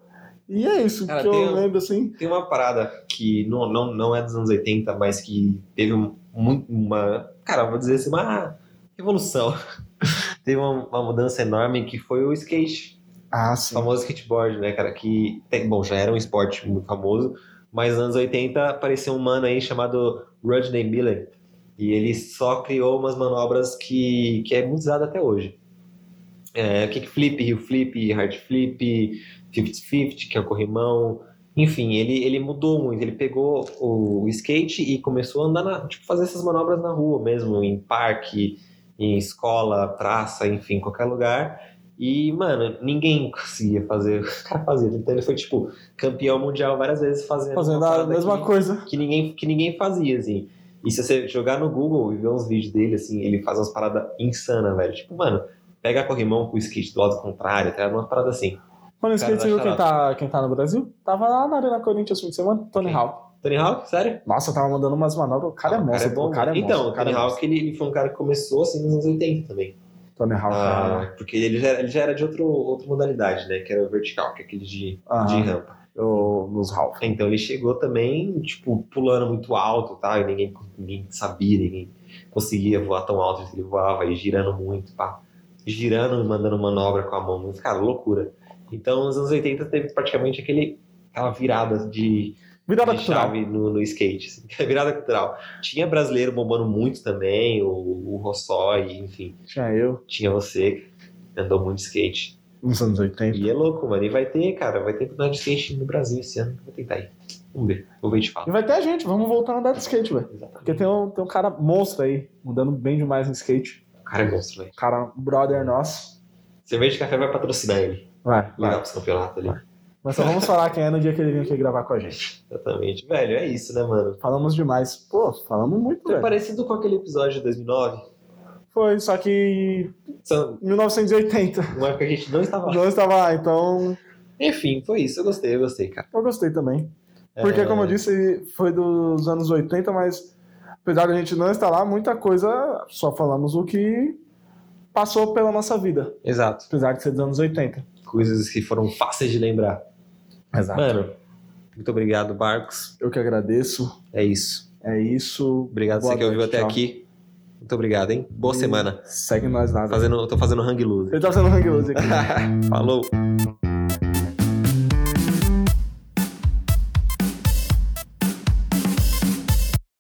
Speaker 1: E é isso
Speaker 2: Cara,
Speaker 1: que eu
Speaker 2: tem um-
Speaker 1: lembro, assim.
Speaker 2: Tem uma parada que não, não, não é dos anos 80, mas que teve um- muito uma. Cara, vou dizer assim, uma revolução. teve uma, uma mudança enorme que foi o skate,
Speaker 1: Ah,
Speaker 2: o
Speaker 1: sim.
Speaker 2: famoso skateboard, né, cara? Que, tem- bom, já era um esporte muito famoso, mas nos anos 80 apareceu um mano aí chamado Rodney Miller. E ele só criou umas manobras que, que é muito usada até hoje. É, kickflip, heel flip, hard flip, 50-50, que é o corrimão. Enfim, ele, ele mudou muito. Ele pegou o skate e começou a andar, na, tipo, fazer essas manobras na rua mesmo, em parque, em escola, praça, enfim, qualquer lugar. E, mano, ninguém conseguia fazer. O cara fazia. Então ele foi, tipo, campeão mundial várias vezes fazendo.
Speaker 1: Fazendo
Speaker 2: uma
Speaker 1: a
Speaker 2: parada
Speaker 1: mesma
Speaker 2: que-
Speaker 1: coisa.
Speaker 2: que ninguém, que ninguém fazia, assim. E se você jogar no Google e ver uns vídeos dele, assim, ele faz umas paradas insanas, velho. Tipo, mano, pega corrimão com o skate do lado contrário, tá? Uma parada assim.
Speaker 1: Quando eu
Speaker 2: Cara,
Speaker 1: esqueci, você viu
Speaker 2: vai
Speaker 1: quem tá, quem tá no Brasil? Tava lá na Arena Corinthians no fim de semana, Tony
Speaker 2: Quem?
Speaker 1: Hawk.
Speaker 2: Tony Hawk, sério?
Speaker 1: Nossa, tava mandando umas manobras. O cara é
Speaker 2: Ah,
Speaker 1: monstro, pô, o cara é
Speaker 2: velho.
Speaker 1: monstro.
Speaker 2: Então, o
Speaker 1: cara
Speaker 2: Tony
Speaker 1: é monstro.
Speaker 2: Hawk, ele, ele foi um cara que começou, assim, nos anos 80 também.
Speaker 1: Tony Hawk.
Speaker 2: Ah, porque ele já, ele já era de outro, outra modalidade, né? Que era o vertical, que é aquele de,
Speaker 1: ah,
Speaker 2: de rampa.
Speaker 1: o- nos Hawk.
Speaker 2: Então ele chegou também, tipo, pulando muito alto, tá? E ninguém, ninguém sabia, ninguém conseguia voar tão alto que ele voava, e girando muito, pá. Girando e mandando manobra com a mão, muito, cara, loucura. Então, nos anos 80 teve praticamente aquele, aquela virada de,
Speaker 1: Virada
Speaker 2: de
Speaker 1: cultural.
Speaker 2: chave no, no skate, assim, virada cultural. Tinha brasileiro bombando muito também, o, o Rossói, enfim,
Speaker 1: Tinha eu,
Speaker 2: tinha você, que andou muito de skate.
Speaker 1: nos anos 80.
Speaker 2: E é louco, mano, e vai ter, cara, vai ter campeonato de skate no Brasil esse ano, vou tentar ir. Vamos ver, vou ver e te falar.
Speaker 1: E vai ter a gente, vamos voltar a andar de skate, velho. Porque
Speaker 2: Exatamente.
Speaker 1: tem um, tem um cara monstro aí, mudando bem demais no skate.
Speaker 2: O cara é monstro, velho.
Speaker 1: Um cara, um brother nosso.
Speaker 2: Cerveja de café vai patrocinar ele.
Speaker 1: Vai,
Speaker 2: Legal
Speaker 1: vai.
Speaker 2: pros campeonatos ali.
Speaker 1: Mas só vamos falar quem é no dia que ele vem aqui gravar com a gente.
Speaker 2: Exatamente. Velho, é isso, né, mano?
Speaker 1: Falamos demais. Pô, falamos muito,
Speaker 2: Foi
Speaker 1: velho.
Speaker 2: parecido com aquele episódio de 2009.
Speaker 1: Foi, só que
Speaker 2: São-
Speaker 1: em 1980.
Speaker 2: Uma época que a gente não estava lá.
Speaker 1: Não estava lá, então
Speaker 2: Enfim, foi isso. Eu gostei, eu gostei, cara.
Speaker 1: eu gostei também. Porque,
Speaker 2: É,
Speaker 1: como eu disse, foi dos anos 80, mas apesar da gente não estar lá, muita coisa só falamos o que passou pela nossa vida.
Speaker 2: Exato.
Speaker 1: Apesar de ser dos anos 80.
Speaker 2: Coisas que foram fáceis de lembrar.
Speaker 1: Exato.
Speaker 2: Mano, Tá. muito obrigado, Barcos.
Speaker 1: Eu que agradeço.
Speaker 2: É isso.
Speaker 1: É isso.
Speaker 2: Obrigado
Speaker 1: Boa
Speaker 2: você que ouviu
Speaker 1: noite,
Speaker 2: até
Speaker 1: tchau.
Speaker 2: aqui. Muito obrigado, hein? Boa
Speaker 1: E
Speaker 2: semana.
Speaker 1: Segue nós lá.
Speaker 2: Fazendo, tô fazendo hang loose.
Speaker 1: Ele tá fazendo hang loose aqui.
Speaker 2: Falou.